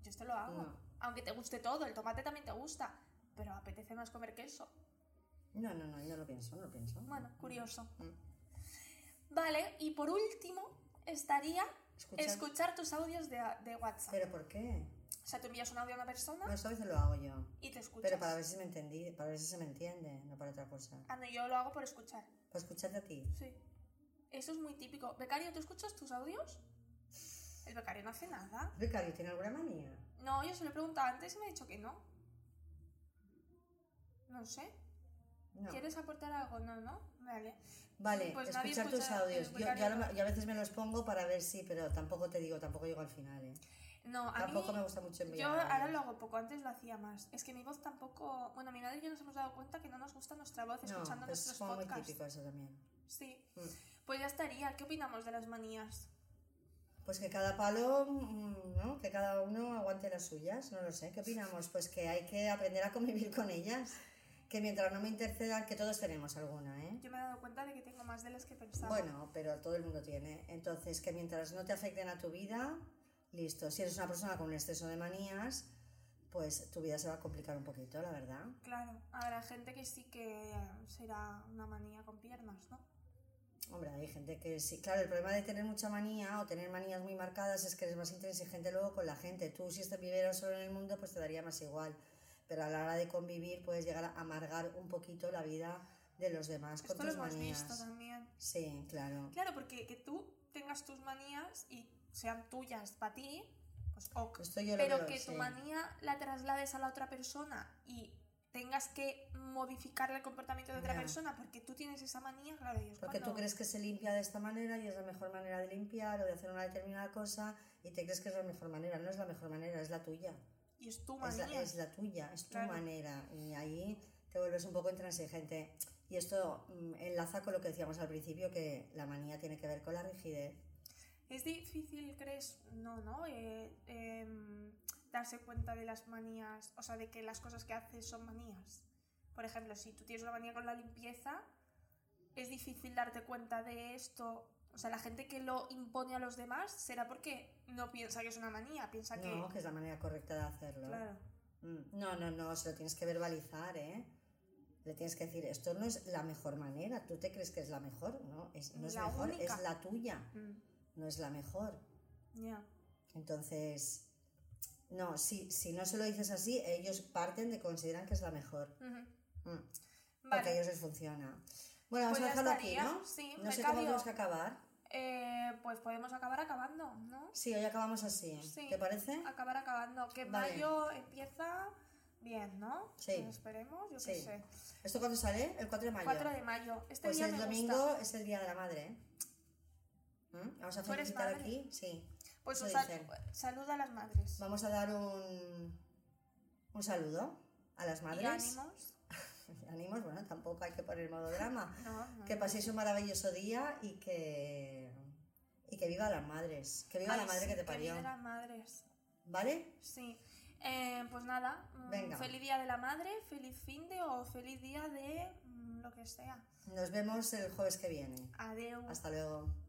Yo esto lo hago.
No.
Aunque te guste todo, el tomate también te gusta, pero apetece más comer queso.
No, no, no, yo no pienso, no pienso.
Bueno, curioso.
Mm.
Vale, y por último estaría
Escuchar-
escuchar tus audios de, de WhatsApp.
¿Pero por qué?
O sea, tú envías un audio a una persona
No, esta vez lo hago yo.
y te escuchas.
Pero para ver si me entendí, para ver si se me entiende, no para otra cosa.
Ah, no, yo lo hago por escuchar.
Para escucharte a ti.
Sí. Eso es muy típico. Becario, ¿tú escuchas tus audios? El becario no hace nada.
Ricardo, ¿tiene alguna manía?
No, yo se lo he preguntado antes y me ha dicho que no. No sé.
No.
¿Quieres aportar algo? No, no. Vale.
Vale,
Pues nadie
escuchar tus
escucha
audios.
el
Yo, yo a lo
becario.
me- yo a veces me los pongo para ver si, pero tampoco te digo, tampoco llego al final. ¿eh?
No, a
Tampoco
mí...
me gusta mucho enviar.
Yo ahora
audios.
lo hago poco, antes lo hacía más. Es que mi voz tampoco. Bueno, mi madre y yo nos hemos dado cuenta que no nos gusta nuestra voz escuchando
No, pues es
nuestros
como muy
podcasts.
típico eso también.
Sí.
Mm.
Pues ya estaría. ¿Qué opinamos de las manías?
Pues que cada palo, mm, ¿no? Que cada uno aguante las suyas, no lo sé. ¿Qué opinamos? Pues que hay que aprender a convivir con ellas. Que mientras no me intercedan, que todos tenemos alguna, ¿eh?
Yo me he dado cuenta de que tengo más de las que pensaba.
Bueno, pero todo el mundo tiene. Entonces, que mientras no te afecten a tu vida, listo. Si eres una persona con un exceso de manías, pues tu vida se va a complicar un poquito, la verdad.
Claro, habrá gente que sí que eh, será una manía con piernas, ¿no?
Hombre, hay gente que sí. Claro, el problema de tener mucha manía o tener manías muy marcadas es que eres más intransigente luego con la gente. Tú, si estás viviendo solo en el mundo, pues te daría más igual. Pero a la hora de convivir puedes llegar a amargar un poquito la vida de los demás con
Esto lo
tus
hemos visto
manías.
también.
Sí, claro.
Claro, porque que tú tengas tus manías y sean tuyas para ti, pues ok.
Esto yo lo
Pero
veo,
que
sí.
tu manía la traslades a la otra persona y tengas que modificar el comportamiento de otra
Ya.
persona porque tú tienes esa manía, claro, y es
Porque tú
cuando-
crees que se limpia de esta manera y es la mejor manera de limpiar o de hacer una determinada cosa y te crees que es la mejor manera. No es la mejor manera, es la tuya.
Y es tu
Es
manía.
la, es la tuya, es tu
Claro.
manera. Y ahí te vuelves un poco intransigente. Y esto mm, enlaza con lo que decíamos al principio, que la manía tiene que ver con la rigidez.
¿Es difícil, crees? No, ¿no? Eh, em, darse cuenta de las manías, o sea, de que las cosas que haces son manías. Por ejemplo, si tú tienes una manía con la limpieza, es difícil darte cuenta de esto. O sea, la gente que lo impone a los demás será porque no piensa que es una manía, piensa que...
No, que es la manera correcta de hacerlo.
Claro.
Mm, No, no, no, se lo tienes que verbalizar, ¿eh? Le tienes que decir, esto no es la mejor manera, tú te crees que es la mejor, ¿no? Es, no es
La
mejor,
única.
es la tuya,
Mm,
no es la mejor.
Ya.
Entonces, no, si, si no se lo dices así, ellos parten de consideran que es la mejor.
Ujú.
Mm. Porque a
Vale.
ellos les funciona. Bueno, vamos
Pues
a
ya
dejarlo aquí,
estaría.
¿no?
Sí,
no sé
becario.
cómo tenemos que acabar.
Eh, pues podemos acabar acabando, ¿no?
Sí, hoy acabamos así.
Sí.
¿Te parece?
acabar acabando. Que
Vale.
mayo empieza bien, ¿no?
Sí.
Pues esperemos, yo qué
Sí.
sé.
¿Esto cuándo sale? El 4 de mayo.
4 de mayo. Este
pues
día
el
me
domingo
gusta.
es el Día de la Madre. ¿eh? ¿Mm? Vamos a
¿Tú eres
felicitar
madre?
aquí. Sí.
Pues
lo
un sal-
dicen.
saluda a las madres.
Vamos a dar un, un saludo a las madres.
Y ánimos.
Ánimos, bueno, tampoco hay que poner modo drama.
No, no.
Que paséis un maravilloso día y que. Y que viva las madres. Que viva
Ay,
la madre
sí,
que te
viva
parió.
las madres.
¿Vale?
Sí. Eh, pues nada, mm,
Venga.
feliz día de la madre, feliz fin de o feliz día de mm, lo que sea.
Nos vemos el jueves que viene.
Adiós.
Hasta luego.